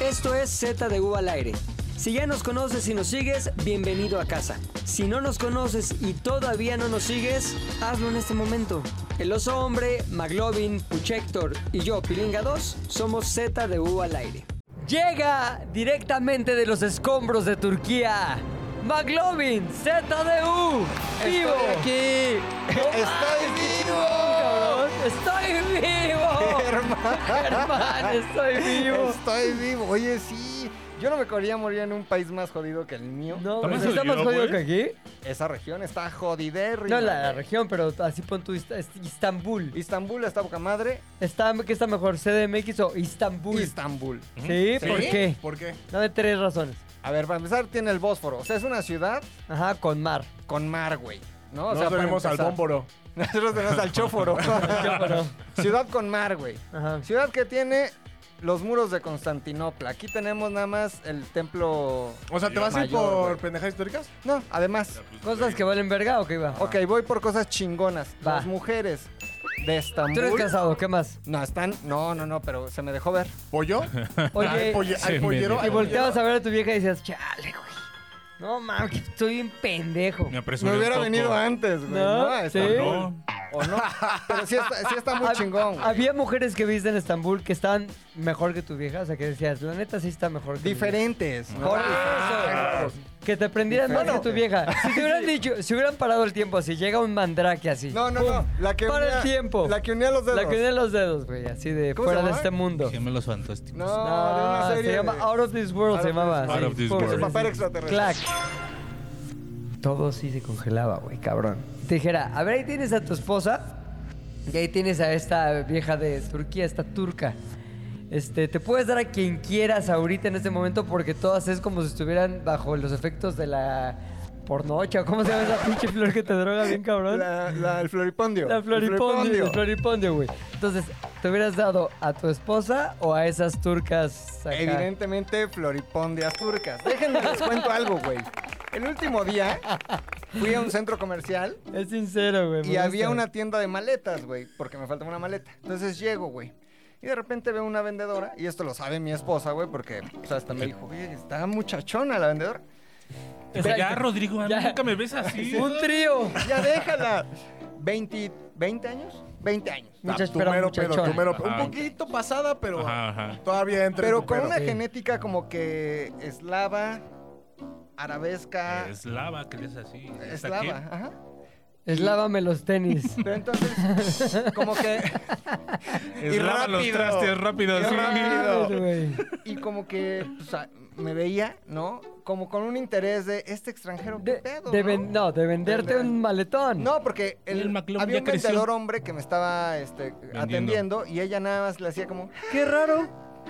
Esto es Z de U al aire. Si ya nos conoces y nos sigues, bienvenido a casa. Si no nos conoces y todavía no nos sigues, hazlo en este momento. El oso hombre, Maglovin, Puchector y yo, Pilinga 2, somos Z de U al aire. Llega directamente de los escombros de Turquía. McLovin, ZDU, vivo. Oh, aquí. Estoy vivo. Estoy vivo. Germán, estoy vivo. Estoy vivo. Oye, sí. Yo no me quería morir en un país más jodido que el mío. No, ¿También pues, se está le más lloró, jodido que güey? aquí. Esa región está jodidérrima. No, la, la región, pero así pon tu Istambul. Istambul está boca madre. Está, ¿Qué está mejor, CDMX o Istambul? Istambul. ¿Sí? ¿por qué? ¿Por qué? Dame tres razones. A ver, para empezar, tiene el Bósforo. O sea, es una ciudad Ajá, con mar. con mar, güey. ¿no? O sea, Nos para tenemos al empezar. bómboro. Nosotros tenemos al Chóforo. Chóforo. ciudad con mar, güey. Ajá. Ciudad que tiene los muros de Constantinopla. Aquí tenemos nada más el templo. O sea, ¿te vas a ir mayor, por güey. pendejadas históricas? No, además. ¿Cosas que valen verga o qué iba? Ok, voy por cosas chingonas. Va. Las mujeres de Tú eres Estambul. casado, ¿qué más? No, están. No, no, no, pero se me dejó ver. ¿Pollo? Oye, ¿Hay, polle- hay se pollero? me ¿Hay y volteabas pollero? a ver a tu vieja y decías, chale, güey. No mames, que estoy bien pendejo. Me Me apresuré. un hubiera poco. venido antes, güey. No, No, a sí. Estambul. No. O no. Pero sí está, sí está muy Hab- chingón. güey. Había mujeres que viste en Estambul que estaban mejor que tu vieja, o sea, que decías, la neta sí está mejor que mi vieja". Diferentes. ¿no? Por Ah, eso. Que te prendieran más que Diferente. tu vieja. Si te hubieran dicho, si hubieran parado el tiempo así, llega un mandrake así. No, no, no. La que Para unía, el tiempo. La que unía los dedos. La que une los dedos, güey, así de ¿Cómo fuera se de llamaba? este mundo. Gemelos fantásticos. No, No, de una serie. se llama de- Out of This World, Out se of llamaba. This así. World. Out of This Pobre. World. Papá era extraterrestre. Clack. Todo sí se congelaba, güey, cabrón. Te dijera, a ver, ahí tienes a tu esposa y ahí tienes a esta vieja de Turquía, esta turca. Este, te puedes dar a quien quieras ahorita en este momento porque todas es como si estuvieran bajo los efectos de la pornocha. ¿Cómo se llama esa pinche flor que te droga bien, cabrón? La, la- el floripondio. La El floripondio, el floripondio, güey. Entonces, ¿te hubieras dado a tu esposa o a esas turcas acá? Evidentemente, floripondias turcas. Déjenme les cuento algo, güey. El último día fui a un centro comercial Es sincero, güey. me y gusta. había una tienda de maletas, güey, porque me faltaba una maleta. Entonces llego, güey. Y de repente veo una vendedora, y esto lo sabe mi esposa, güey, porque pues, hasta me dijo, güey, está muchachona la vendedora. O sea, ya, Rodrigo, a mí Ya. nunca me ves así. ¡Un trío! Ya déjala. 20, 20 años, 20 años. Muchas Tu pero mero muchachona. pelo, tu mero pelo. Ajá. Un poquito pasada, pero Ajá, ajá. todavía entre Pero tu con pelo. una Sí. genética como que eslava, arabesca, Eslava, que le es así. ¿Está aquí? eslava, ajá. Es lávame los tenis. Pero entonces, como que. Es lava los trastes, rápido, Y sí. rápido. Ay, güey. Y como que o sea, me veía, ¿no? Como con un interés de este extranjero. ¿qué De, pedo, de ven- ¿no? no, de venderte un maletón. No, porque el, El McLovin había ya un creció. vendedor hombre que me estaba este, atendiendo y ella nada más le hacía como. ¡Qué raro!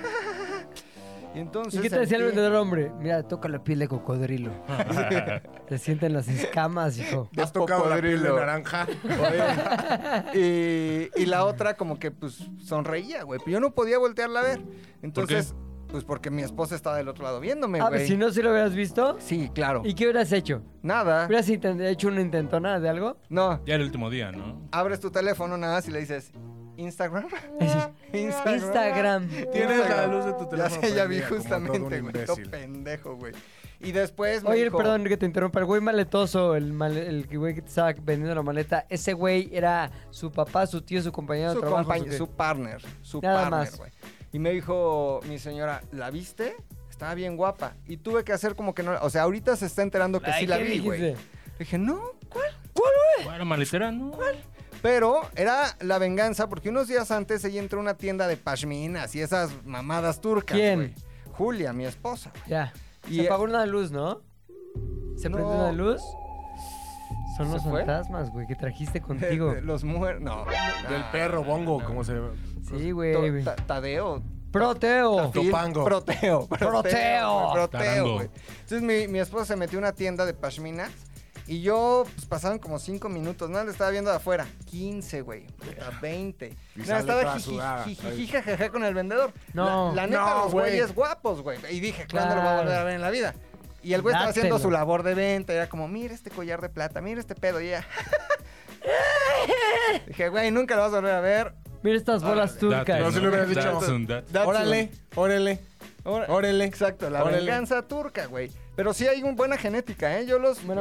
Y entonces. eh, ¿Y qué te decía el sentí- vendedor, hombre? Mira, toca la piel de cocodrilo. te sienten las escamas, hijo. ¿Has tocado la piel de Cocodrilo. naranja? y, y la otra como que pues sonreía, güey. Pero yo no podía voltearla a ver. Entonces, pues porque mi esposa estaba del otro lado viéndome, Ah, güey. si no, si lo hubieras visto. Sí, claro. ¿Y qué hubieras hecho? Nada. ¿Hubieras intent- hecho una intentona de algo? No. Ya era el último día, ¿no? Abres tu teléfono nada más y le dices Instagram. Instagram. Tienes la Instagram. luz de tu Ya teléfono. sé, ya vi prendida, como todo un justamente, güey. Yo imbécil. pendejo, güey. Y después me Oye, dijo, perdón que te interrumpa. El güey maletoso, el, male- el que güey que te estaba vendiendo la maleta, ese güey era su papá, su tío, su compañero de su, trabajo. compañ- su qué? su partner, su Nada partner, más. güey. Y me dijo mi señora, ¿la viste? Estaba bien guapa. Y tuve que hacer como que no. O sea, ahorita se está enterando que Ay, sí la ¿qué vi, güey. dijiste? Dije, no. Bueno, maletera, ¿no? Pero era la venganza porque unos días antes ella entró a una tienda de pashminas y esas mamadas turcas. ¿Quién? güey. Julia, mi esposa. güey. Ya. Y- eh, se apagó una luz, ¿no? ¿Se No. prendió una luz? Son ¿Se los fue? fantasmas, güey, que trajiste contigo. De- de los muertos. No. Del Ah, perro, bongo, como se... Sí, to- güey. güey. ta- Tadeo. Proteo. Tafil, Topango. Proteo. Proteo. güey, Proteo, Tarango. güey. Entonces mi, mi esposa se metió a una tienda de pashminas y yo, pues pasaron como 5 minutos. Nada, le estaba viendo de afuera. 15, güey. puta, 20. Y Nada, sale estaba toda jiji- sudada. jiji, jajaja con el vendedor. No. La, la neta, No, los güey. güeyes guapos, güey. Y dije, ¿cuándo lo voy a volver a Claro. ver en la vida? Y el güey estaba Dátelo. haciendo su labor de venta. Era como, mira este collar de plata, mira este pedo. Y ella. dije, güey, nunca lo vas a volver a ver. Ah, Mira estas bolas Date, turcas. No, si le hubieras dicho. Datsun, Datsun. That's Órale, órale. Ahora- Órale. Exacto, la Órale. venganza turca, güey. Pero sí hay un buena genética, ¿eh? Yo los Buena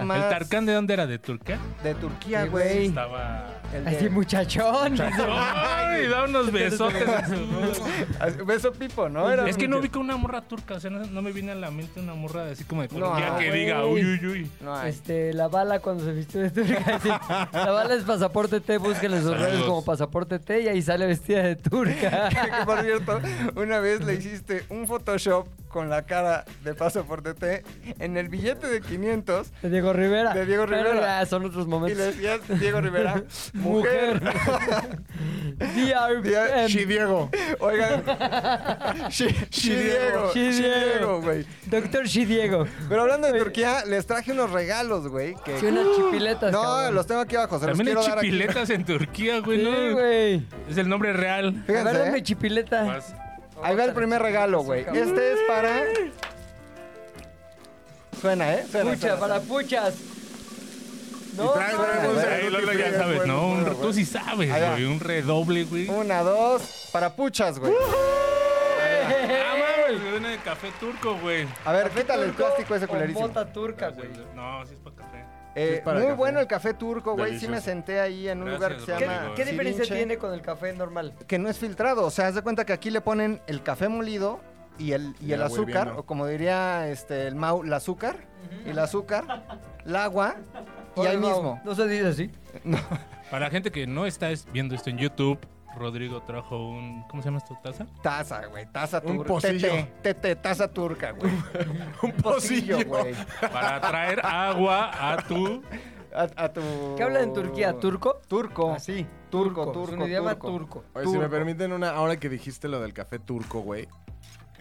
muchachiza. más ¿El Tarkan de dónde era? ¿De Turquía? de Turquía, Sí, güey. güey. Estaba... El de- Así muchachón. ¡Ay! Da unos besotes. en su- Así, Beso pipo, ¿no? Era es que un- no ubico una morra turca, o sea, no, no me viene a la mente una morra así como de No, Turquía que güey. diga uy, uy, uy. No hay. Este, la bala cuando se vistió de turca. así. La bala es pasaporte T, búsquenla en sus redes Saludos. como pasaporte T y ahí sale vestida de turca. Que, por cierto, una vez le hiciste un Photoshop con la cara de pasaporte T en el billete de 500 De Diego Rivera. De Diego Pero Rivera. ya son otros y le momentos. decías, Diego Rivera, mujer. DR, Dia- em, Sí, Diego. Oigan, sí, sí, Diego, Sí, sí, Diego. Diego, güey. Doctor Shi Diego. Pero hablando de Turquía, les traje unos regalos, güey. Que... Sí, unas chipiletas. ¡Ah! no, cabrón. los tengo aquí abajo, se los También hay quiero dar aquí. chipiletas en Turquía, güey, Sí, ¿no? güey. Es el nombre real. A ver, Fíjense, dame ¿eh? chipileta. Vas. ahí va el primer regalo, güey. Este es para... Suena, ¿eh? Suena, Pucha, suena, para suena. puchas. Y trae, trae, no, o sea, Ahí no el te otro ya creas, sabes, bueno, ¿no? Un- bueno, tú bueno. sí sabes, Ahí va. güey. Un redoble, güey. Una, dos, para puchas, güey. Ah, mames, güey, una de café turco, güey. A ver, quítale el turco plástico ese o culerísimo. Mota turca, güey. No, sí es para café. Eh, Es para muy café. bueno el café turco, güey. Sí me Delicioso. senté ahí en un Gracias, lugar que se Rodrigo. llama. ¿Qué diferencia Sirinche, tiene con el café normal? Que no es filtrado. O sea, haz de cuenta que aquí le ponen el café molido y el, y Ya el la azúcar, hueviendo. o como diría este, el Mau, el azúcar. El azúcar, el agua y ahí Oye, Mau, mismo. No se dice así. Para la gente que no está es- viendo esto en YouTube, Rodrigo trajo un. ¿Cómo se llama esta taza? Taza, güey. Taza Un turca. pocillo. Tete, tete, taza turca, güey. Un Pocillo, güey. Para traer agua a tu. A, a tu. ¿Qué hablan en Turquía? ¿Turco? Turco. Así. Turco, Es turco, un idioma turco. turco. Oye, si me Turco. permiten una, ahora que dijiste lo del café turco, güey.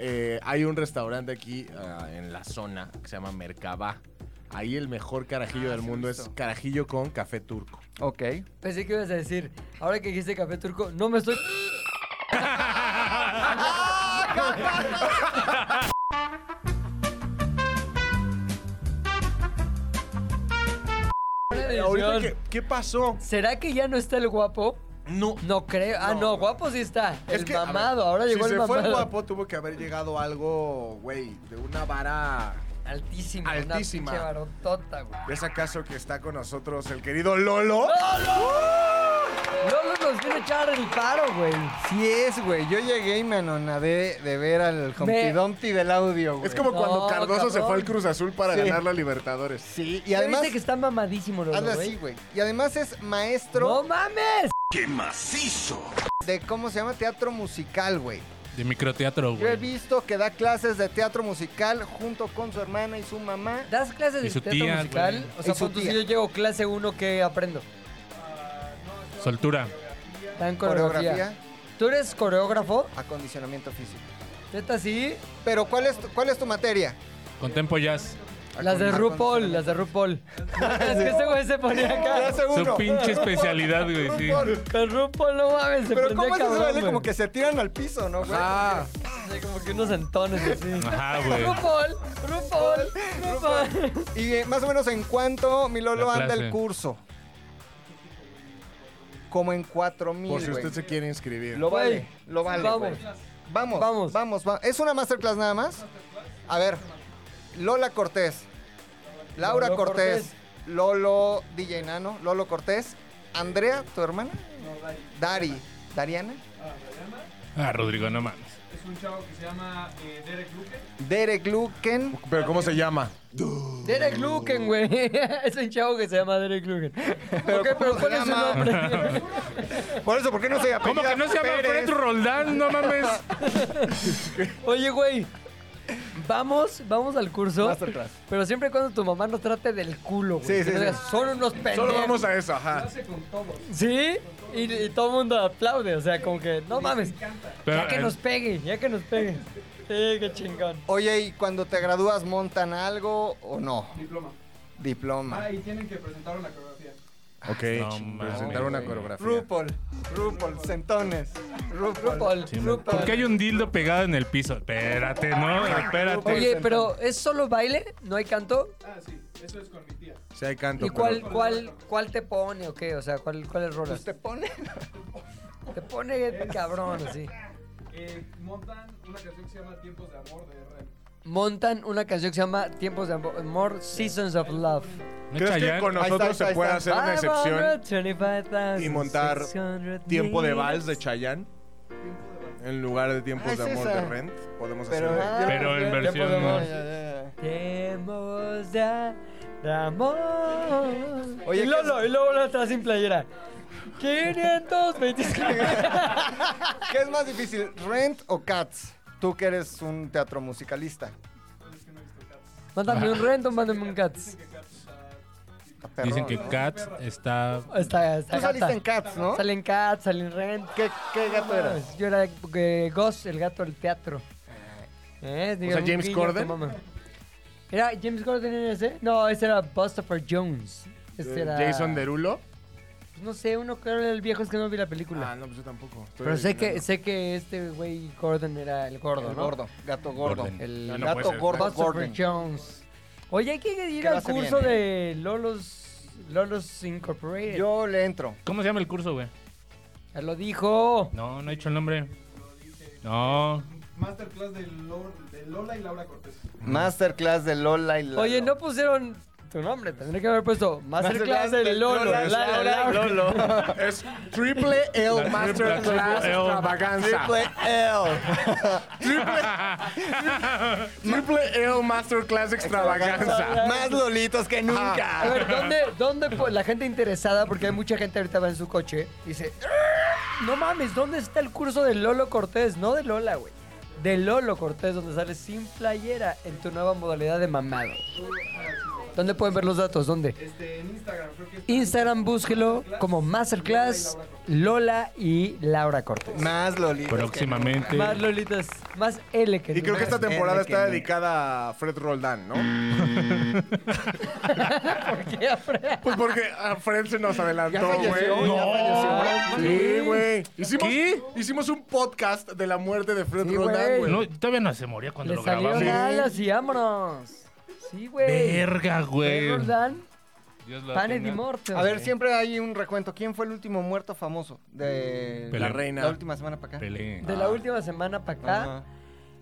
eh, hay un restaurante aquí ah, en la zona que se llama Merkaba. Ahí el mejor carajillo Ah, del mundo es carajillo con café turco. Ok. Pensé que ibas a decir, ahora que dijiste café turco, no me estoy... Ahorita, ¿qué, ¿qué pasó? ¿Será que ya no está el guapo? No. No creo. Ah, No, no, no. guapo sí está. Es el que, a ver, mamado, ahora llegó si el se mamado. fue el guapo, tuvo que haber llegado algo, güey, de una vara. Altísima. Altísima. Una pinche barotota, güey. ¿Es acaso que está con nosotros el querido Lolo? Lolo nos viene a echar el paro, güey. Sí es, güey. Yo llegué y me anonadé de ver al Humpty Me- Dumpty del audio, güey. Es como cuando No, Cardoso se cabrón. fue al Cruz Azul para Sí. ganar la Libertadores. Sí, y Ya además... viste que está mamadísimo Lolo, Hazle así, güey. güey. Y además es maestro ¡No mames! de, ¿cómo se llama? Teatro musical, güey. De microteatro, Yo he güey. visto que da clases de teatro musical junto con su hermana y su mamá. ¿Das clases Y de su teatro tía, musical? güey. O sea, Y su pon tú, si tía. yo llego clase 1, ¿qué aprendo? Soltura. Dan coreografía. Coreografía, ¿Tú eres coreógrafo? acondicionamiento físico. ¿Neta sí? Pero, ¿cuál es tu, cuál es tu materia? Con tempo jazz. Las de Acon- RuPaul, las de RuPaul. es que ese güey se ponía acá. Clase uno. Su pinche especialidad, güey. Sí. RuPaul. Con RuPaul, no mames, se Pero, prendía ¿cómo es ese cabrón, baile? güey. Como que se tiran al piso, ¿no, güey? Ah, Sí, como que unos entones así. Ajá, güey. RuPaul, RuPaul, RuPaul. Y eh, más o menos en cuánto mi Lolo La anda el clase. curso. Como en cuatro mil. por si güey. usted se quiere inscribir. Lo Güey, vale, lo vale. pues. vamos. güey. Vamos, vamos, Vamos. vamos, va- ¿Es una masterclass nada más? A ver, Lola Cortés, Laura Lolo Cortés, Cortés. Lolo DJ Nano, Lolo Cortés, Andrea, tu hermana, Dari, Dariana, Ah, Rodrigo, no mames. Derek Luken, ¿Pero cómo se llama? Derek Luken, güey. Es un chavo que se llama Derek Luken. ok, pero ¿cómo ¿cuál se es su llama? nombre? Por eso, ¿por qué no se llama? ¿Cómo que no se llama Alfredo Roldán? No mames. Oye, güey. Vamos, vamos al curso. Masterclass. Pero siempre y cuando tu mamá nos trate del culo, güey. Sí, Que sí, nos sí. diga, Son unos pendejos. Solo vamos a eso, ajá. Sí, y, y todo el mundo aplaude, o sea, como que, no mames, Pero, ya que eh, nos pegue, ya que nos pegue. Sí, qué chingón. Oye, ¿y cuando te gradúas montan algo o no? Diploma. Diploma. Ok, No mames, presentar una güey. coreografía. RuPaul, RuPaul, sentones, RuPaul. RuPaul, Sí, RuPaul. ¿Por qué hay un dildo pegado en el piso? Espérate, no, espérate. Oye, pero ¿es solo baile? ¿No hay canto? Sí hay canto, ¿Y cuál, pero- cuál, cuál te pone o Pues qué? O sea, ¿cuál, cuál es rola? Pues te ponen Te pone cabrón, así. eh, montan una canción que se llama Tiempos de Amor de RM. Montan una canción que se llama Tiempos de Amor, Seasons of Love. ¿No es ¿Crees que Chayanne? con Ahí nosotros está, ahí se puede está. hacer una excepción 525,600 y montar tiempo de vals de Chayanne? En lugar de tiempos Ah, es de amor esa. de Rent, podemos Pero, hacer. ya- Pero en ya- ya versión- podemos- ya, ya, Tiempos de, de amor. Oye, y ¿qué- Lolo, y luego la está sin playera. 525. ya. ¿Qué es más difícil, Rent o Cats? Tú que eres un teatro musicalista. mándame un rento, mándame un cats. Está perrón, Dicen que ¿no? Cats está... Está, está Tú saliste gata. en Cats, ¿no? Salen cats, salen rent. ¿Qué, qué gato eras? Ah, Yo era eh, Ghost, el gato del teatro. ¿Eh? digo, sea, un James guiño a tu Corden. mamá. ¿Era James Corden en ese? No, ese era Bustafer Jones. Este era... Eh, Jason Derulo. Pues No sé, uno que era el viejo, es que no vi la película. Ah, no, pues yo tampoco. Estoy Pero sé que, adivinando. sé que este güey Gordon era el gordo, El ¿no? gordo, gato gordo. Gordon. El No, no puede gato pues, ser. gordo Buster Gordon. Jones. Oye, hay que ir Que al va, se curso viene. de Lolos, Lolos Incorporated. Yo le entro. ¿Cómo se llama el curso, güey? Ya lo dijo. No, no he dicho el nombre. No. Masterclass de, Lor- de Lola y Laura Cortés. Masterclass de Lola y Lalo. Oye, no pusieron tu nombre. Tendría que haber puesto Masterclass Masterclass de de Lolo. Lola, la, la, la. Lolo. Es triple L Masterclass Triple L. Extravaganza. Triple L. Triple L Masterclass Extravaganza. Más lolitos que A nunca. ver, ¿dónde, dónde po- la gente interesada? Porque hay mucha gente ahorita va en su coche. Dice, "Ah, no mames, ¿dónde está el curso de Lolo Cortés? No de Lola, güey. De Lolo Cortés, donde sales sin playera en tu nueva modalidad de mamado. ¿Dónde pueden ver los datos? ¿Dónde? Este, en Instagram, creo que es Instagram, búsquelo como Masterclass Lola y Laura Cortés. Más lolitos. Próximamente. Más Lolitas, más L que Y creo que esta Más L temporada que está nunca. dedicada a Fred Roldán, ¿no? está. Pues porque a Fred se nos adelantó, güey. falleció, ya No. falleció. Sí, güey. Hicimos, ¿Qué? hicimos un podcast de la muerte de Fred Sí, Roldán, güey. güey. No, todavía no se moría cuando Le lo salieron grabamos. alas y vámonos. Sí, güey. Verga, güey. Roldán, Dios lo Pane tenga. di Morto. A ver, siempre hay un recuento. ¿Quién fue el último muerto famoso de Pelé. La reina. la última semana para acá? Pelé. De la última semana para acá, Ah. Ajá.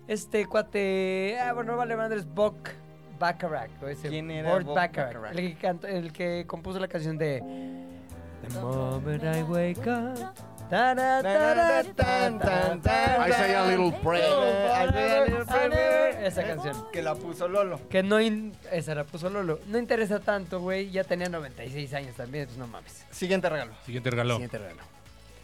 este cuate. Ah, bueno, no vale madre, es Bock Bacharach. o ese ¿Quién era Burt Bob Bacharach? Bacharach? El que, cantó- el que compuso la canción de. The moment I wake up. ta ra, ta ra, tan, tan, tan, I say a little prayer. I say a little prayer. Ah, Esa canción. Que la puso Lolo. Que no. in- esa la puso Lolo. No interesa tanto, güey. Ya tenía 96 años también, pues no mames. Siguiente regalo. Siguiente regalo.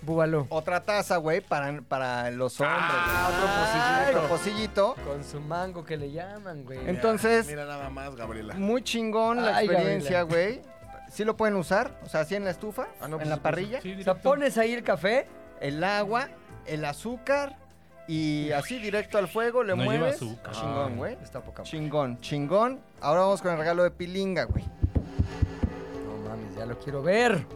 Búbalo. Otra taza, güey, para, para los hombres. Ah, güey. otro otro pocillito. Con su mango que le llaman, güey. Entonces, Mira nada más, Gabriela. muy chingón la Ay, experiencia, güey. ¿Sí lo pueden usar? O sea, así en la estufa, Ah, no, pues en la sí, pues, parrilla. Sí, O directo. sea, pones ahí el café. el agua, el azúcar y así directo al fuego le No lleva mueves. azúcar. Ah, Chingón, güey. Está poca madre. Chingón, chingón. Ahora vamos con el regalo de pilinga, güey. No mames, ya lo quiero ver.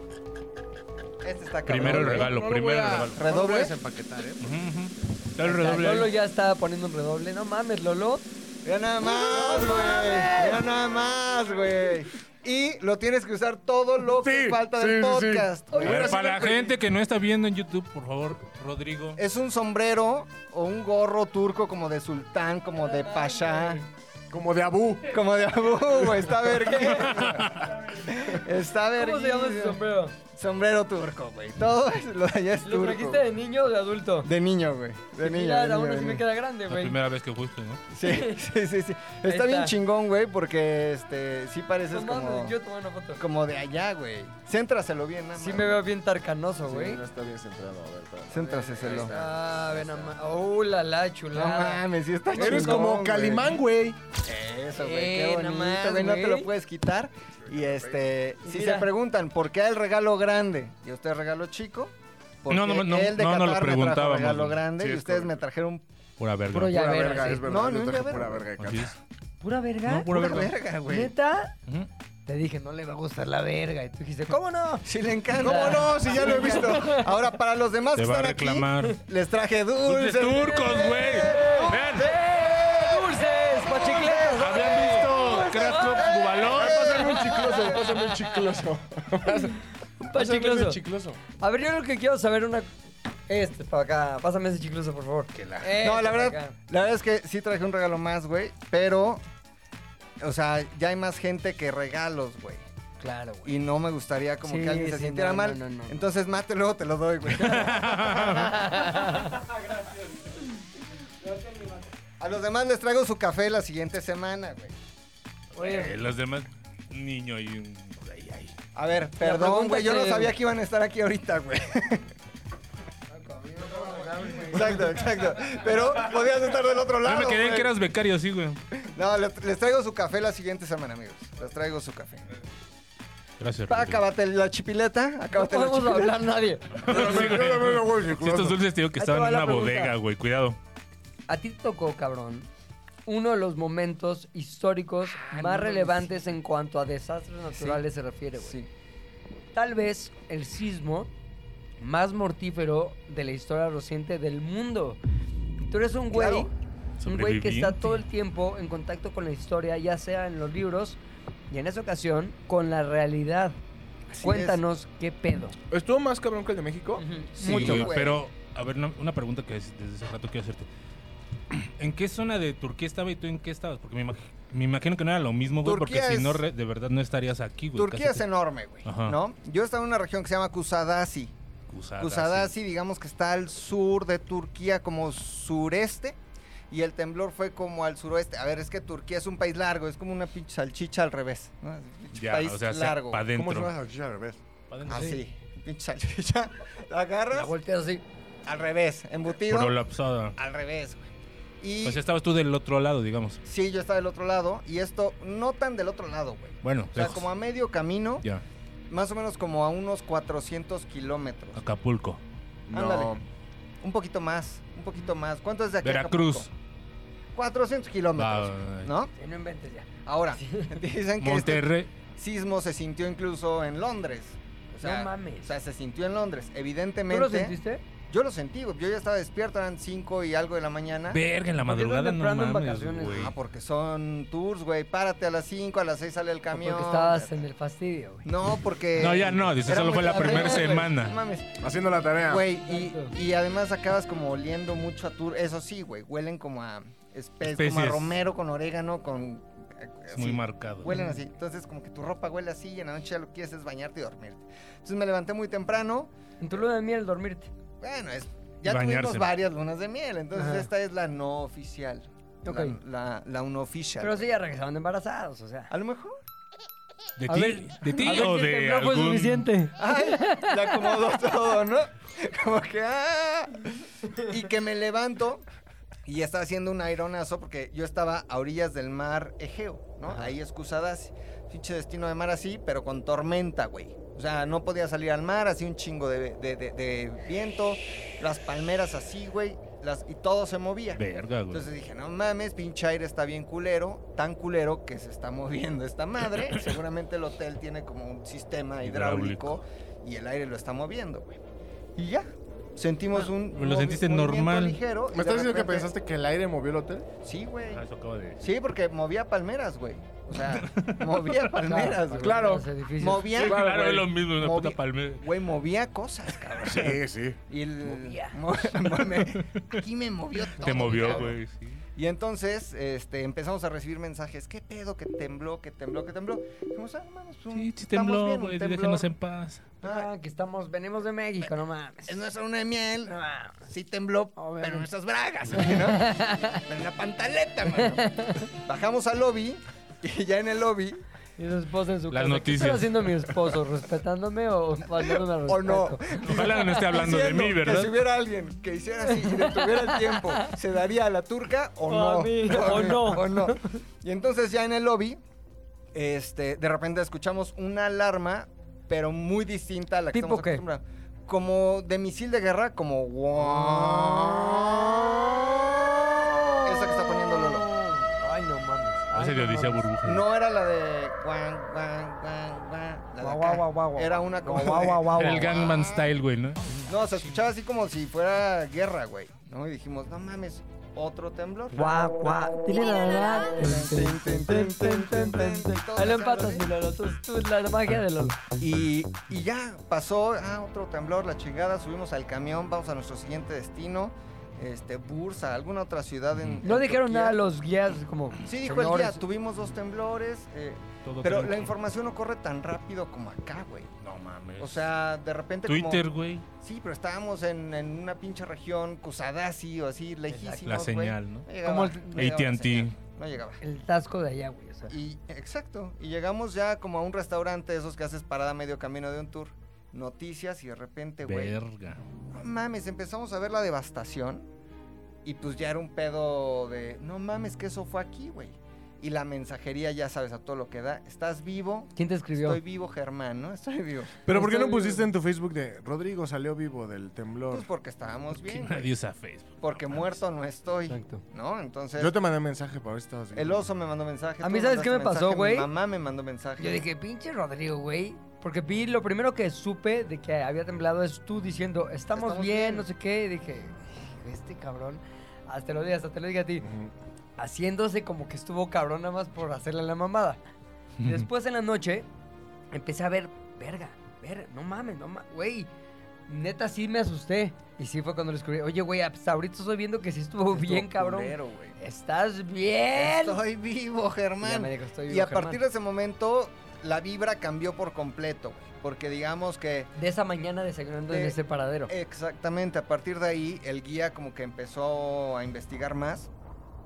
Este está cabrón, Primero el güey. regalo, primero el regalo. No lo voy a Redoble. desempaquetar, ¿eh? Ujú, ujú. Dale el O sea, redoble ahí. Lolo ya está poniendo un redoble. No mames, Lolo. Mira nada más, güey. Mira nada más, güey. Y lo tienes que usar todo lo que Sí, falta sí, del sí, sí. podcast. A Oye, ver, Hubiera sido para la el pri- gente que no está viendo en YouTube, por favor, Rodrigo. Es un sombrero o un gorro turco como de sultán, como de pasha. Como de Abu. Como de abu, güey. Está vergüenza. Está vergüenza. ¿Cómo se llama ese sombrero? Sombrero turco, güey. Todo es- lo de allá es ¿Lo turco. trajiste de niño o de adulto? De niño, güey. De niño. Mira, de aún niño, así de me niño. queda grande, La güey. primera vez que fuiste, ¿no? Sí, sí, sí, sí. Está, está. bien chingón, güey, porque este sí No pareces como, mames, yo tomé una foto. como de allá, güey. Céntraselo bien, nada Sí más. me veo bien tarcanoso, güey. no está bien centrado. A ver, espérame. Céntraselo. Ah, ven a ma- Oh, la la, No chulada. mames, sí está chingón. Eres como güey. Calimán, güey. Eso, güey, qué Eh, no bonito, güey, no mames, te lo güey. puedes quitar. Y este, Y si mira. se preguntan por qué el regalo grande y usted regalo chico, porque No, no, no, él de no, no lo Qatar me trajo preguntábamos, regalo güey. grande Sí, y es ustedes correcto. me trajeron Pura verga. Puro ya Pura verga, verga, sí. es verdad. No, yo ni una traje verga. pura verga. Así Cata. es. ¿Pura verga? No, pura una verga. verga, güey. ¿Neta? Ujú. Te dije, no le va a gustar la verga. Y tú dijiste, ¿cómo no? Si le encanta. ¿Cómo no? Si ya lo he visto. Ahora, para los demás Te que va a están aquí, reclamar. les traje ¡Dulces dulces. ¡Eh! turcos, güey! ¡Ven! ¡Dulces! ¡Pachicletas! ¿Habían visto Crash Club Dubalón? Pásame un chicloso, pásame un chicloso. Un Pásame un pachicloso. chicloso. A ver, yo lo que quiero saber una Este es para acá. Pásame ese chicloso, por favor. Eh, Este No, para la verdad, acá. la verdad es que sí traje un regalo más, güey. Pero, o sea, ya hay más gente que regalos, güey. Claro, güey. Y no me gustaría como Sí, que alguien se sí, sintiera no, mal. no, no, no. Entonces, mate, luego te lo doy, güey. A los demás les traigo su café la siguiente semana, güey. Oye, Eh, los demás, niño y un... ay, ay. A ver, perdón, pregunta güey. Yo no que- sabía que iban a estar aquí ahorita, güey. Exacto, exacto. Pero podías estar del otro Yo lado. me quedé en güey. que eras becario, sí, güey. No, les, les traigo su café la siguiente semana, amigos. Les traigo su café. Gracias. Pa, Rodrigo. acábate la chipileta. no Acábate podemos la chipileta. hablar nadie. Si estos dulces, te digo que Ahí te estaban en va la una pregunta. bodega, güey. Cuidado. A ti te tocó, cabrón, uno de los momentos históricos más relevantes en cuanto a desastres naturales se refiere, güey. Ah, Sí. Tal vez el sismo más mortífero de la historia reciente del mundo. Y Tú eres un güey, Claro. un güey que está Sobreviviente. todo el tiempo en contacto con la historia, ya sea en los libros y en esa ocasión con la realidad. es. Cuéntanos qué pedo. ¿Estuvo más cabrón que el de México? Sí, Mucho, güey. Pero, a ver, una, una pregunta que es- desde hace rato quiero hacerte. ¿En qué zona de Turquía estaba y tú en qué estabas? Porque me, imag- me imagino que no era lo mismo, güey, porque Turquía si no, es- re- de verdad no estarías aquí, güey. Turquía es en... enorme, güey. Ajá. ¿No? Yo estaba en una región que se llama Kusadasi. Kusadasi, digamos que está al sur de Turquía, como sureste. Y el temblor fue como al suroeste. A ver, es que Turquía es un país largo, es como una pinche salchicha al revés. ¿no? Es un pinche Ya, país o sea, sea largo. pa' güey. ¿Cómo se dentro. llama esa salchicha al revés? Pa' dentro, sí. Así, pinche salchicha. La La agarras volteas así. al revés, embutido Prolapsada. al revés, güey. Y O sea, estabas tú del otro lado, digamos. sí, yo estaba del otro lado. Y esto, no tan del otro lado, güey. Bueno, O sea, lejos. como a medio camino, Ya, más o menos como a unos 400 kilómetros. Ah. Acapulco. Ándale. No. Un poquito más, un poquito más. ¿Cuánto es de aquí? a Veracruz. Ah, Acapulco? 400 kilómetros, Ay. ¿no? Sí, No inventes ya. Ahora, dicen que este Monterrey. sismo se sintió incluso en Londres. O sea, No mames. O sea, se sintió en Londres. ¿Tú Evidentemente. lo sentiste? Yo lo sentí, güey. Yo ya estaba despierto, eran 5 y algo de la mañana. ¿Ah? Verga, en la ¿Por qué madrugada andan no entrando en mames, vacaciones? güey. Ah, porque son tours, güey. Párate a las 5, a las 6 sale el ¿O camión. Porque estabas en el fastidio, güey. No, porque. No, ya no, dice, Era solo muy fue la tarde, primera güey. semana. No mames. Haciendo la tarea. Güey, y, y además acabas como oliendo mucho a tur. Eso sí, güey, huelen como a espe- como a Especies. romero con orégano, con. eh, Es así, muy marcado. Huelen así. Entonces, como que tu ropa huele así y en la noche ya lo que quieres es bañarte y dormirte. Entonces me levanté muy temprano. En tu luna de miel dormirte. Bueno, es. Ya Bañarse. tuvimos varias lunas de miel, entonces Ajá. esta es la no oficial. La- Ok. La, la, unoficial. Pero sí ya regresaron embarazados, o sea. A lo mejor. ¿De A ti? ver- ¿De ti A ver o si el de temblor fue algún- suficiente. ¡Ay! Se acomodó todo, ¿no? Como que ¡ah! Y que me levanto y estaba haciendo un aironazo porque yo estaba a orillas del mar Egeo, ¿no? Ahí excusadas, pinche destino de mar así, pero con tormenta, güey. O sea, no podía salir al mar, así un chingo de, de- de- de viento, las palmeras así, güey, las, y todo se movía. Verga, güey. Entonces dije, no mames, pinche aire está bien culero, tan culero que se está moviendo esta madre. Seguramente el hotel tiene como un sistema hidráulico, y el aire lo está moviendo, güey. Y ya, sentimos un Ah, Lo sentiste movimiento normal. ligero. y ¿Me estás de diciendo que repente- pensaste que el aire movió el hotel? Sí, güey. Ah, eso acabo de decir. Sí, porque movía palmeras, güey. O sea, movía palmeras, güey. Claro. Los edificios. Movía, Sí, claro, güey. es lo mismo, una Movi- puta palmera. Güey, movía cosas, cabrón. Sí, sí. Y el... Movía. mo- me- Aquí me movió todo. Te movió, cabrón. güey, sí. Y entonces este, empezamos a recibir mensajes, ¿qué pedo? Que tembló, que tembló, que tembló. Dijimos, ah, mames, pues, un- Sí, sí estamos tembló, bien, un güey, temblor. déjenos en paz. Ah, Ah, que estamos, venimos de México, no mames. es nuestra luna de miel, No mames. sí tembló, Obviamente. pero en nuestras bragas, güey, ¿no? Pero en la pantaleta, mano. Bajamos al lobby y ya en el lobby, Y su esposa en su Las casa. ¿Qué noticias. está haciendo mi esposo? ¿Respetándome o faltándome al respeto? o no, Ojalá no esté hablando de diciendo mí, Que ¿verdad? si hubiera alguien que hiciera así y detuviera el tiempo, ¿se daría a la turca o O no? a mí, o no. o no. Y entonces ya en el lobby, este, de repente escuchamos una alarma, pero muy distinta a la que ¿Tipo estamos qué? acostumbrados. Como de misil de guerra, como Ah. guau. Esa que está poniendo Lolo. Ay, no mames. Ay, Ese de no Odisea mames. Burbuja. No era la de guan, guan, guan, guan, la de Guau, acá. guau, guau, guau, guau. Era una como Guau, guau, de- guau, guau, Era el guau. Gangman Style, güey, ¿no? No, se escuchaba así como si fuera guerra, güey. ¿No? Y dijimos, no mames. otro temblor. Guau, guau. Dile la verdad. este, Tin, tin, tin, tin, tin, tin. Ahí lo empatas, mi Lolo. Tú, tú, la magia de Lolo. Y, y ya pasó, ah, otro temblor, la chingada, subimos al camión, vamos a nuestro siguiente destino, este, Bursa, alguna otra ciudad en... No en dijeron Turquía. nada los guías, como. Sí, dijo el día, señores, tuvimos dos temblores, eh, Todo pero tranquilo. la información no corre tan rápido como acá, güey. No mames. O sea, de repente Twitter, como... güey. Sí, pero estábamos en, en una pinche región, Kusadasi o así, lejísimos, La güey. señal, ¿no? No llegaba, Como el- no llegaba la AT&T. señal, No llegaba. El tasco de allá, güey. O sea. Y, exacto. Y llegamos ya como a un restaurante, esos que haces parada medio camino de un tour. Noticias y de repente, güey. Verga. No mames, empezamos a ver la devastación. Y pues ya era un pedo de. No mames, que eso fue aquí, güey. Y la mensajería, ya sabes, a todo lo que da. Estás vivo. ¿Quién te escribió? Estoy vivo, Germán, ¿no? Estoy vivo. Pero ¿por qué no Estoy- pusiste en tu Facebook de Rodrigo salió vivo del temblor? Pues porque estábamos Que bien. güey. nadie usa Facebook. Porque muerto no estoy. Exacto. ¿No? Entonces. Yo te mandé mensaje para ver si estabas bien. El oso me mandó mensaje. A tú mí, me ¿sabes qué mandaste me pasó, mensaje, güey? Mi mamá me mandó mensaje. Yo dije, pinche Rodrigo, güey. Porque vi, lo primero que supe de que había temblado es tú diciendo, estamos, Estamos bien, bien. no sé qué. Y dije, este cabrón, hasta lo dije, hasta te lo dije a ti, Ujú. haciéndose como que estuvo cabrón nada más por hacerle la mamada. Después en la noche empecé a ver, verga, verga, no mames, no mames, güey. Neta sí me asusté. Y sí fue cuando lo descubrí, oye, güey, hasta ahorita estoy viendo que sí estuvo Estuvo bien, cabrón. culero, güey. ¿Estás bien? Estoy vivo, Y ya me Germán. dijo, "Estoy Y vivo, a partir Germán". de ese momento, la vibra cambió por completo. güey, Porque digamos que de esa mañana desayunando en De- ese paradero. exactamente a partir de ahí, el guía como que empezó a investigar más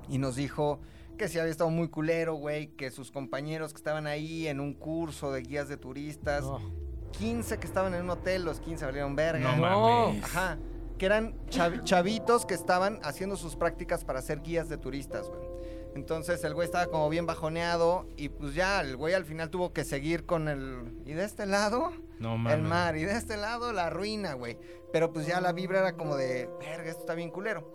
y nos dijo que sí había estado muy culero, güey, que sus compañeros que estaban ahí en un curso de guías de turistas, No. 15 que estaban en un hotel, los 15 valieron verga. No, No. mames. Ajá. Que eran chav- chavitos que estaban haciendo sus prácticas para ser guías de turistas, güey. Entonces el güey estaba como bien bajoneado y pues ya el güey al final tuvo que seguir con el... Y de este lado, No mames. el mar. Y de este lado, la ruina, güey. Pero pues ya la vibra era como de... Verga, esto está bien culero.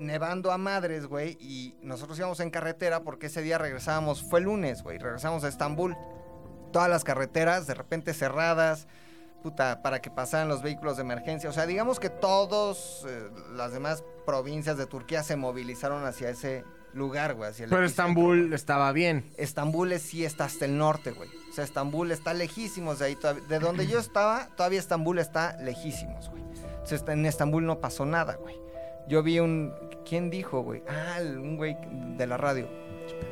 Nevando a madres, güey. Y nosotros íbamos en carretera porque ese día regresábamos... Fue lunes, güey. Regresamos a Estambul. Todas las carreteras de repente cerradas puta, para que pasaran los vehículos de emergencia. O sea, digamos que todos eh, las demás provincias de Turquía se movilizaron hacia ese lugar, güey. hacia el Pero epicentro, Estambul güey. estaba bien. Estambul es- sí está hasta el norte, güey. O sea, Estambul está lejísimos de ahí. todavía- De donde yo estaba, todavía Estambul está lejísimos, güey. Entonces, está- en Estambul no pasó nada, güey. Yo vi un... ¿Quién dijo, güey? Ah, el- un güey de la radio.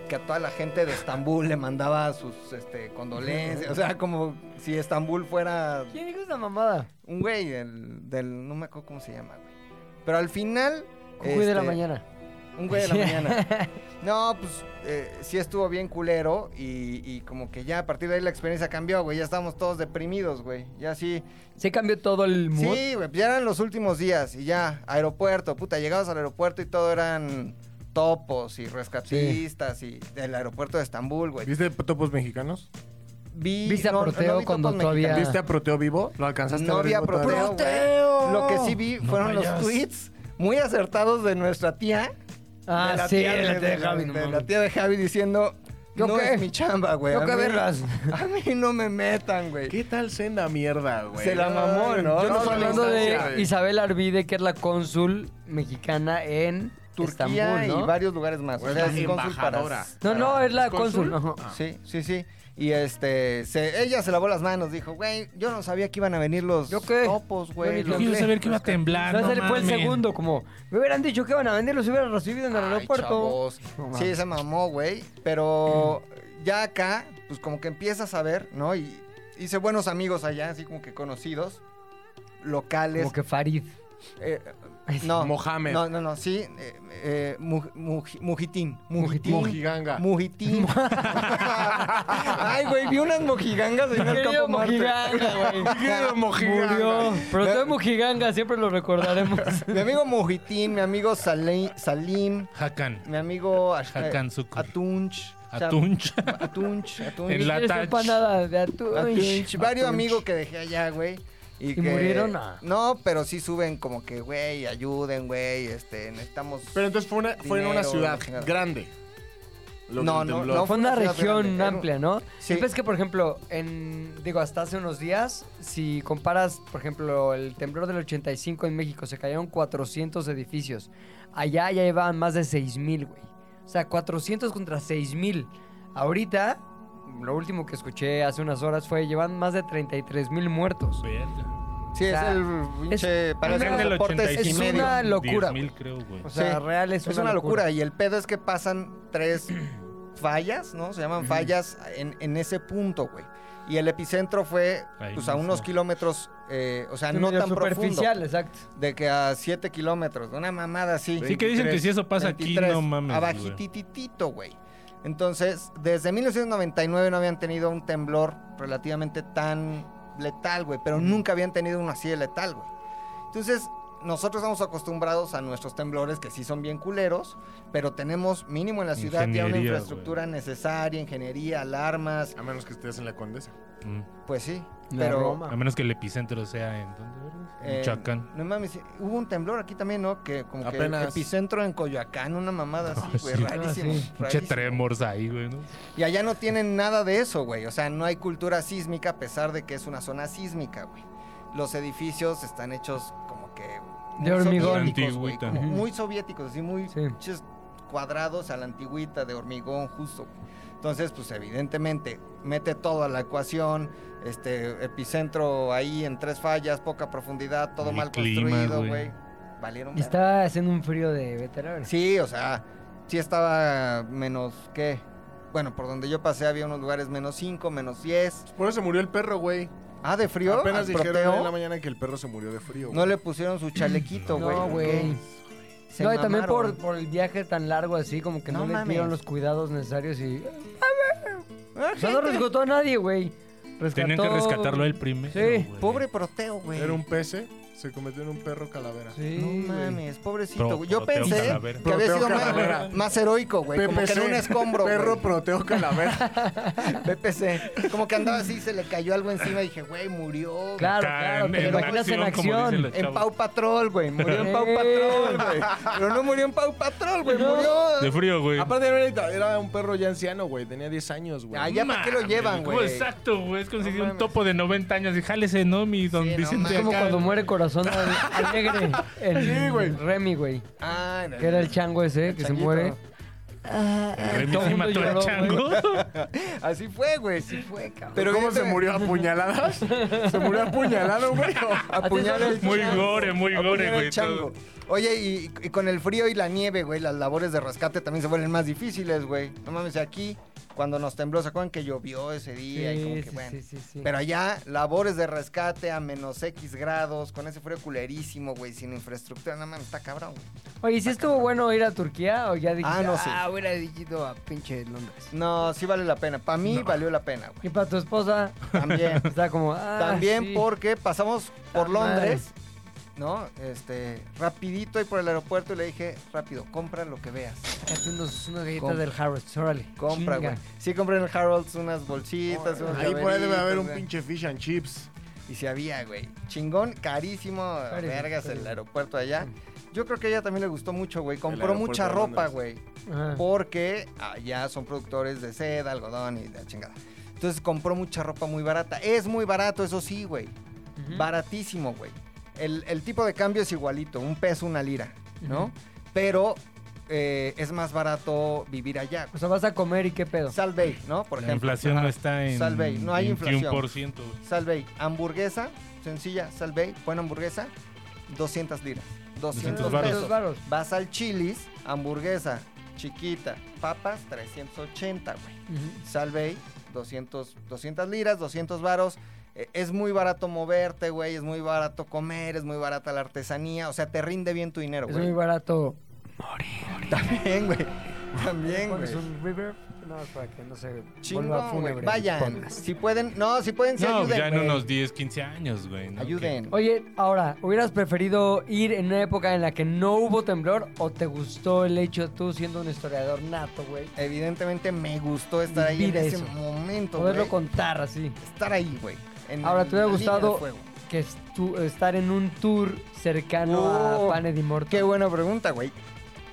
Que a toda la gente de Estambul le mandaba sus este, condolencias. O sea, como si Estambul fuera ¿Quién dijo esa mamada? un güey del, del- no me acuerdo cómo se llama, güey. Pero al final Cucuy de la este, mañana. Un güey de la mañana. No, pues eh, sí estuvo bien culero y, y como que ya a partir de ahí la experiencia cambió, güey. Ya estábamos todos deprimidos, güey. Ya sí. Se cambió todo el mood. Sí, güey, pues ya eran los últimos días y ya, aeropuerto, puta, llegabas al aeropuerto y todo eran topos y rescatistas y del aeropuerto de Estambul, güey. ¿Viste topos mexicanos? Vi, ¿Viste a Proteo vi cuando topos todavía- mexicanos. ¿Viste a Proteo vivo? ¿Lo alcanzaste No a ver? había vivo todavía? proteo, güey. Lo que sí vi fueron los tweets muy acertados de nuestra tía. Ah, de la sí, tía de la tía de Javi, no de la mames. tía de Javi diciendo, ¿Yo no qué? es mi chamba, güey. Yo a qué mí- vergas. A mí no me metan, güey. ¿Qué tal senda mierda, güey? Se la mamó, Ay, ¿no? yo Estamos sé la hablando instancia, de güey. Isabel Arvide, que es la cónsul mexicana en Turquía Estambul, ¿no? y varios lugares más. O es la es cónsul para- embajadora. No, no, es la ¿Es cónsul? cónsul. ajá. Sí, sí, sí. Y este, se- ella se lavó las manos, dijo, güey, yo no sabía que iban a venir los ¿Yo qué? topos, güey. Yo ni Yo los quiero le- saber que iba a los- temblar. No, No, ese fue el mames. segundo, como me hubieran dicho que van a vender, los hubieran recibido en el Ay, aeropuerto. chavos. No mames. sí, se mamó, güey. Pero ya acá, pues como que empiezas a ver, ¿no? Y hice buenos amigos allá, así como que conocidos, locales. Como que pues, Farid. eh, no, Mohamed. No, no, no, sí. Eh, eh, Muj- Muj- Mujitín. Mujitín. Mojiganga. Mujitín. Ay, güey, vi unas mojigangas en el Querido campo Marte. Mojiganga, güey. Querido Mojiganga. Murió. Pero Me- todo Mojiganga siempre lo recordaremos. Mi amigo Mujitín, mi amigo Salei- Salim, Hakan. mi amigo Ash- Hakan Sukur. Atunch. o sea, Atuncha. Atunch, Atunch. En la Eres Tach. empanada de atún. Atunch. Varios amigos que dejé allá, güey. Y, ¿Y que- murieron? Ah. No, pero sí suben como que, güey, ayuden, güey, este, necesitamos... Pero entonces fue, una, fue en Dinero, una la ciudad chingada. grande. Lo No, que no, tembló. no Fue una Fue una ciudad región grande. amplia, ¿no? Sí. Y ves que, por ejemplo, en, digo, hasta hace unos días, si comparas, por ejemplo, el temblor del 85 en México, se cayeron 400 edificios. Allá ya llevaban más de 6.000, güey. O sea, 400 contra 6.000. Ahorita, lo último que escuché hace unas horas fue, llevan más de 33.000 muertos. Verga. Sí, es sea, el pinche. es Parece una- un deporte es y una medio. locura. 10,000 creo, güey. O sea, Sí. real es una, locura. Y el pedo es que pasan tres fallas, ¿no? Se llaman fallas en, en ese punto, güey. Y el epicentro fue Ahí pues, a mismo. unos kilómetros, eh, o sea, Sí, no medio tan profundo. superficial, exacto. De que a 7 kilómetros, una mamada así. Sí, que dicen que si eso pasa aquí, no mames, Abajititito, güey. Entonces, desde 1999 no habían tenido un temblor relativamente tan letal, güey. Pero nunca habían tenido uno así de letal, güey. Entonces, nosotros estamos acostumbrados a nuestros temblores, que sí son bien culeros. Pero tenemos mínimo en la ciudad ya una Ingeniería, infraestructura necesaria, ingeniería, alarmas. A menos que estés en la condesa. Mm. Pues sí, La pero... Roma. A menos que el epicentro sea en... ¿dónde, verga? En Eh, Michoacán. No mames, hubo un temblor aquí también, ¿no? Que como Apenas. que epicentro en Coyoacán, una mamada así, Ah, güey, sí. pues, rarísimo. Ah, sí. Pinche rarísimo. tremors ahí, güey, ¿no? Y allá no tienen nada de eso, güey. O sea, no hay cultura sísmica a pesar de que es una zona sísmica, güey. Los edificios están hechos como que muy De hormigón. soviéticos, güey, Antigüita. como Ujú. muy soviéticos, así muy Sí. pinches cuadrados a la antigüita de hormigón justo. güey. Entonces, pues evidentemente mete todo a la ecuación, este epicentro ahí en tres fallas, poca profundidad, todo El mal clima, construido, güey. güey. Valieron Y verga. está haciendo un frío de veterano. Sí, o sea, sí estaba menos qué. Bueno, por donde yo pasé había unos lugares menos 5, menos 10. Por eso se murió el perro, güey. Ah, de frío. Apenas al dijeron proteo, en la mañana que el perro se murió de frío. No güey. le pusieron su chalequito, No, güey. ¿ok? güey. Se No, y también por, mamaron. por el viaje tan largo así, como que no, No le mames. dieron los cuidados necesarios y... eh, Ah, O sea, no gente, rescató a nadie, güey. Rescató... Tenían que rescatarlo el primero, Sí, güey. Pobre proteo, güey. Era un pece, se convirtió en un perro calavera. Sí, No güey. mames, pobrecito, Pro- güey. Yo Proteo pensé Calavera. que había Proteo sido Calavera. más, más heroico, güey. Como que en PPC, un escombro, Perro güey. proteo calavera. PPC. Como que andaba así, se le cayó algo encima y dije, güey, murió. güey. Claro, Acá claro, en- te lo en imaginas en acción, como dicen acción. los En chavos. Pau Patrol, güey. Murió en Pau Eh. Patrol, güey. Pero no murió en Pau Patrol, güey. Murió. De frío, güey. Aparte, era, era un perro ya anciano, güey. Tenía 10 años, güey. Ah, ya para qué lo Mames, llevan, ¿cómo? güey. Exacto, güey. Es como si No un mames. topo de 90 años y jálese, ¿no? Mi don Sí, no Vicente. mames. Es como acá. cuando muere corazón al- alegre. El Remy, güey. Ah, no, Que era el chango ese que se changuito. Ah, muere. Remy Todo se el mundo mató al lloró, chango. Así fue, güey. Sí fue, cabrón. ¿Pero cómo se fíjate- murió? ¿Apuñaladas? ¿Se murió apuñalado, güey? Apuñala el Muy chango. gore, muy Apuñala gore, el güey, chango. Oye, y, y con el frío y la nieve, güey, las labores de rescate también se vuelven más difíciles, güey. No mames, aquí, cuando nos tembló, ¿se acuerdan que llovió ese día? y como que, sí, bueno. sí, sí, sí. Pero allá, labores de rescate a menos X grados, con ese frío culerísimo, güey, sin infraestructura. No mames, está cabrón, güey. Oye, ¿y si estuvo bueno ir a Turquía o ya dijiste? Ah, no sé. Ah, hubiera ido a pinche Londres. No, sí vale la pena. Para mí valió la pena, güey. Y para tu esposa, También. está como... ah, También sí. porque pasamos Ta por madre. Londres, ¿no? Este, rapidito ahí por el aeropuerto y le dije, rápido, compra lo que veas. Cate unos, unas galletas Compra. del Harrods, órale. Compra, Chinga. güey. Sí, compré en el Harrods unas bolsitas, unos Ahí por ahí debe llaveritos, haber un güey. pinche fish and chips. Y si había, güey. Chingón, carísimo, Carísimo, vergas, el carísimo. aeropuerto allá. Yo creo que a ella también le gustó mucho, güey. Compró aeropuerto mucha de ropa, Londres. güey. Ajá. Porque allá son productores de seda, algodón y la chingada. Entonces compró mucha ropa muy barata. Es muy barato, eso sí, güey. Ujú. Baratísimo, güey. El, el tipo de cambio es igualito, un peso, una lira, ¿no? Ujú. Pero eh, es más barato vivir allá. O sea, vas a comer y qué pedo. Salvey, ¿no? Por La ejemplo. inflación Ajá. no está en Salve, no hay inflación. 21%. güey. Salvey, hamburguesa, sencilla, Salvey, buena hamburguesa, 200 liras. 200 200 varos. pesos. varos. Vas al Chili's, hamburguesa, chiquita, papas, 380, güey. Ujú. Salvey, 200, 200 liras, 200 varos. Eh, Es muy barato moverte, güey. Es muy barato comer, es muy barata la artesanía. O sea, te rinde bien tu dinero, Es muy güey. barato. También, güey. También, güey. Pones un river, no, para que no se vuelva Chingón, güey. fúnebre. Vayan. Podcast. Si pueden, no, si pueden, sí No, ayuden, ya en güey. unos 10, 15 años, güey. ¿no? Ayuden. Oye, ahora, ¿hubieras preferido ir en una época en la que no hubo temblor o te gustó el hecho tú siendo un historiador nato, güey? Evidentemente me gustó estar ahí en Vivir ese eso. momento, Poderlo güey. contar así. Estar ahí, güey. en Ahora, ¿te hubiera la línea de gustado fuego. que estu- estar en un tour cercano Oh, a Paned y Morto? Qué buena pregunta, güey.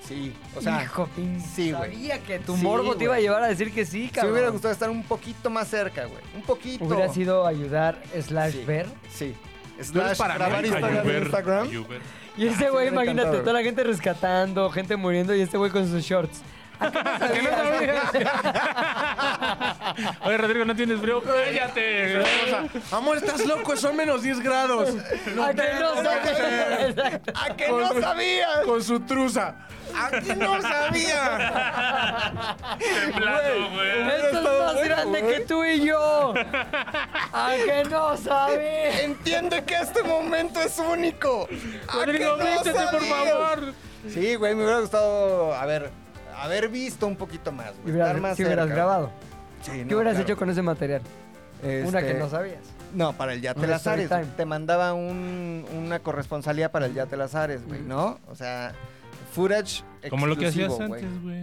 Sí, o sea, Hijo, pin- sí, güey. Sabía que tu Sí, morbo te iba a güey. llevar a decir que sí, si me cabrón. hubiera gustado estar un poquito más cerca, güey. Un poquito. Hubiera sido ayudar slash Sí. ver. Sí. Tú eres Slash para grabar América, historias de Juber. Instagram. Juber. Y este güey, Ah, me hubiera imagínate, encantado. toda la gente rescatando, gente muriendo y este güey con sus shorts. ¿A qué no sabías? Oye, Rodrigo, ¿no tienes frío? ¡Cállate! Amor, estás loco, son menos 10 grados. ¿A que no sabías? Exacto. ¡A que no sabías! Con su truza. ¡A que no sabías! Temblando, güey. Esto es más grande que tú y yo. ¿A que no sabías? Entiende que este momento es único. ¿A Rodrigo, que no vístete, por sabías? favor. Sí, güey, me hubiera gustado haber, haber visto un poquito más, Y güey. estar hubieras, más si hubieras cerca. grabado. Sí, ¿Qué no, hubieras claro. hecho con ese material? Una que Este, no sabías. No, para el Yate Una Lazares. story time. Te mandaba un- una corresponsalía para el Yate Lazares, güey, ¿no? O sea, footage exclusivo, Como lo que hacías güey. antes, güey.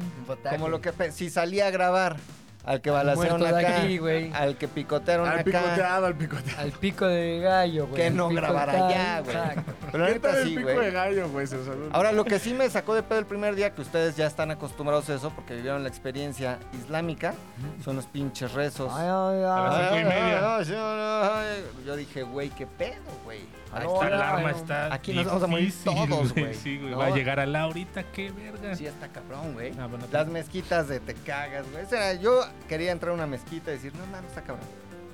Como lo que... pe- Si salía a grabar al que Muerto balacearon de acá, aquí, güey. al que picotearon Al acá. picoteado, al picoteado. Al pico de gallo, güey. Que al no pico grabara tal, ya, güey. exacto. Pero la ¿Qué neta tal el sí, pico güey. de gallo, güey? Se usó- Ahora, lo que sí me sacó de pedo el primer día, que ustedes ya están acostumbrados a eso porque vivieron la experiencia islámica, son los pinches rezos. Ay, ay, A las ah, ay. cinco y media. ay, ay, ay. Yo dije, güey, qué pedo, güey. Ahí Esta está. alarma está. Aquí nos vamos a morir difícil, todos, güey. Sí, güey. No. Va a llegar a Laurita, qué verga. Sí, está cabrón, güey. Ah, bueno, Las mezquitas de te cagas, güey. O sea, yo quería entrar a una mezquita y decir, no mames, está cabrón.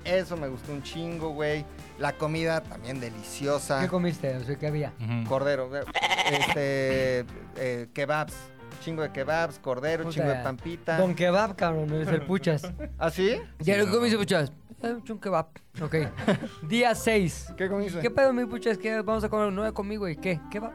Eso me gustó un chingo, güey. La comida también deliciosa. ¿Qué comiste? O sea, ¿qué había? Ujú. Cordero, güey. este, eh, kebabs. Chingo de kebabs, cordero, Puta. chingo de pampita. Don Kebab, cabrón, es el puchas. ¿Ah, sí? Ya lo comiste puchas. Eh, Un kebab. Ok. Día 6. ¿Qué comiste? ¿Qué pedo, mi puchas? ¿Qué vamos a comer? No he comido, güey. ¿Qué? ¿Qué va?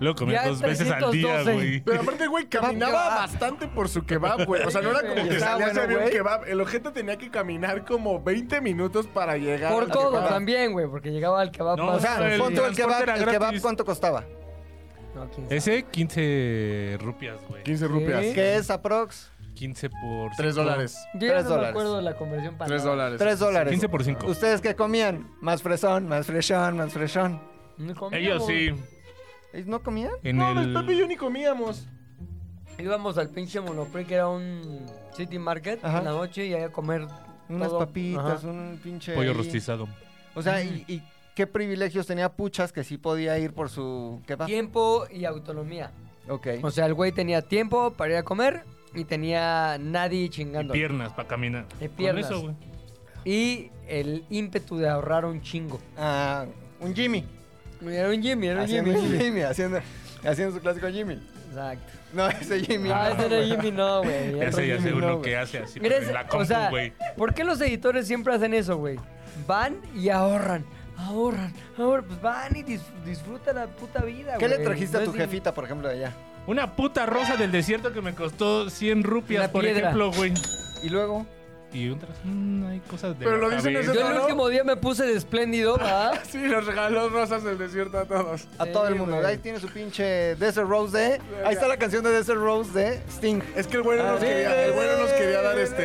Luego comía Ya dos veces al día, 312. güey. Pero aparte, güey, caminaba Kebab. bastante por su kebab, güey. O sea, no era como que Está salía bueno, se había un güey. kebab. El objeto tenía que caminar como 20 minutos para llegar. Por al todo kebab. también, güey, porque llegaba al kebab No, más O sea, El pon tú el transporte kebab, era el kebab, gratis. ¿cuánto costaba? No, quién sabe. Ese, 15 rupias, güey. 15 rupias. ¿Sí? ¿Qué es aprox? 15 por. 3 cinco. dólares. Yo ya Tres no me dólares. acuerdo de la conversión para 3 nada. dólares. Tres dólares. 15 por 5. ¿Ustedes qué comían? Más fresón, más fresón, más fresón. No comíamos. Ellos sí. ¿Eh, ¿No comían? En No, pues el. Pepe y yo ni comíamos. Íbamos al pinche Monoprix, que era un City Market, Ajá. en la noche y ahí a comer Unas todo. papitas, Ajá. un pinche... Pollo ahí. rostizado. O sea, y, y qué privilegios tenía Puchas que sí podía ir por su kebab? Tiempo y autonomía. Ok. O sea, el güey tenía tiempo para ir a comer y tenía nadie Y chingando. piernas para caminar. Y piernas. Con eso, güey. Y el ímpetu de ahorrar un chingo. Ah, un Jimmy. Era un Jimmy, era un Haciendo Jimmy. un Jimmy, haciendo, haciendo su clásico Jimmy. Exacto. No, ese Jimmy. Ah, no, ese era güey. Jimmy, no, güey. Ya Otro sé, ya Jimmy. sé no, uno güey. que hace así. Mira pero ese- en la o compu, sea, güey. ¿por qué los editores siempre hacen eso, güey? Van y ahorran, ahorran, ahorran. Pues van y dis- disfrutan la puta vida, ¿Qué güey. le trajiste No a tu es ni- jefita, por ejemplo, de allá? Una puta rosa del desierto que me costó 100 rupias, Una por piedra. ejemplo, güey. Y luego... Y un tras... mm, hay cosas de. Pero la lo dicen cabeza. ese Yo el ¿no? último día me puse de espléndido, ¿verdad? Sí, nos regaló rosas del desierto a todos. A Sí, todo el mundo. güey. Ahí tiene su pinche Desert Rose de. Ahí está la canción de Desert Rose de Sting. Es que el güey no nos Ah, quería, sí. el güey no nos quería dar este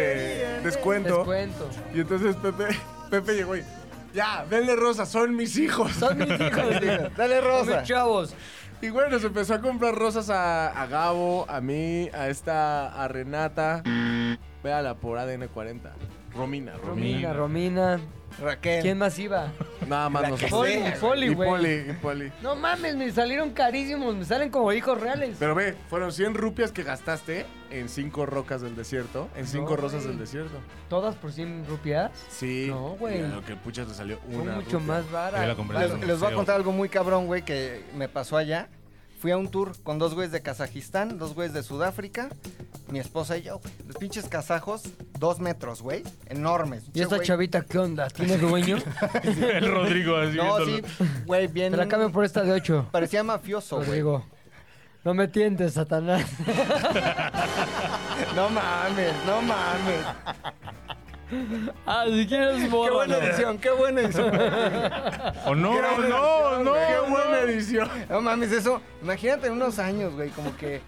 descuento. Les cuento. Y entonces Pepe, Pepe llegó y. Ya, denle rosas, son mis hijos. Son mis hijos, digo. Dale Son mis rosa. chavos. Y güey, nos empezó a comprar rosas a, a Gabo, a mí, a esta, a Renata. Véala por ADN40. Romina, Romina. Romina, Romina. Raquel. ¿Quién más iba? Nada más La que nosotros. Poli, sea, Poli, Y güey. Poli, y Poli. No mames, me salieron carísimos. Me salen como hijos reales. Pero ve, fueron 100 rupias que gastaste en 5 rocas del desierto, en 5 No, rosas güey. del desierto. ¿Todas por 100 rupias? Sí. No, güey. y a Lo que puchas le salió Fue una. mucho rupia. más Yo la barato. compré. Les, les voy a contar algo muy cabrón, güey, que me pasó allá. Fui a un tour con dos güeyes de Kazajistán, dos güeyes de Sudáfrica, mi esposa y yo, güey. Los pinches kazajos, dos metros, güey. Enormes. ¿Y esta Che, güey. chavita qué onda? ¿Tiene dueño? El Rodrigo así. No, sí, viéndolo. güey, bien. Te la cambio por esta de 8. Parecía mafioso, güey. Rodrigo. No me tientes, Satanás. No mames, no mames. Ah, si quieres Qué buena bórralo. edición, qué buena edición. O no, Qué buena no, edición, no. güey. Qué no. buena edición. No mames, eso. Imagínate en unos años, güey, como que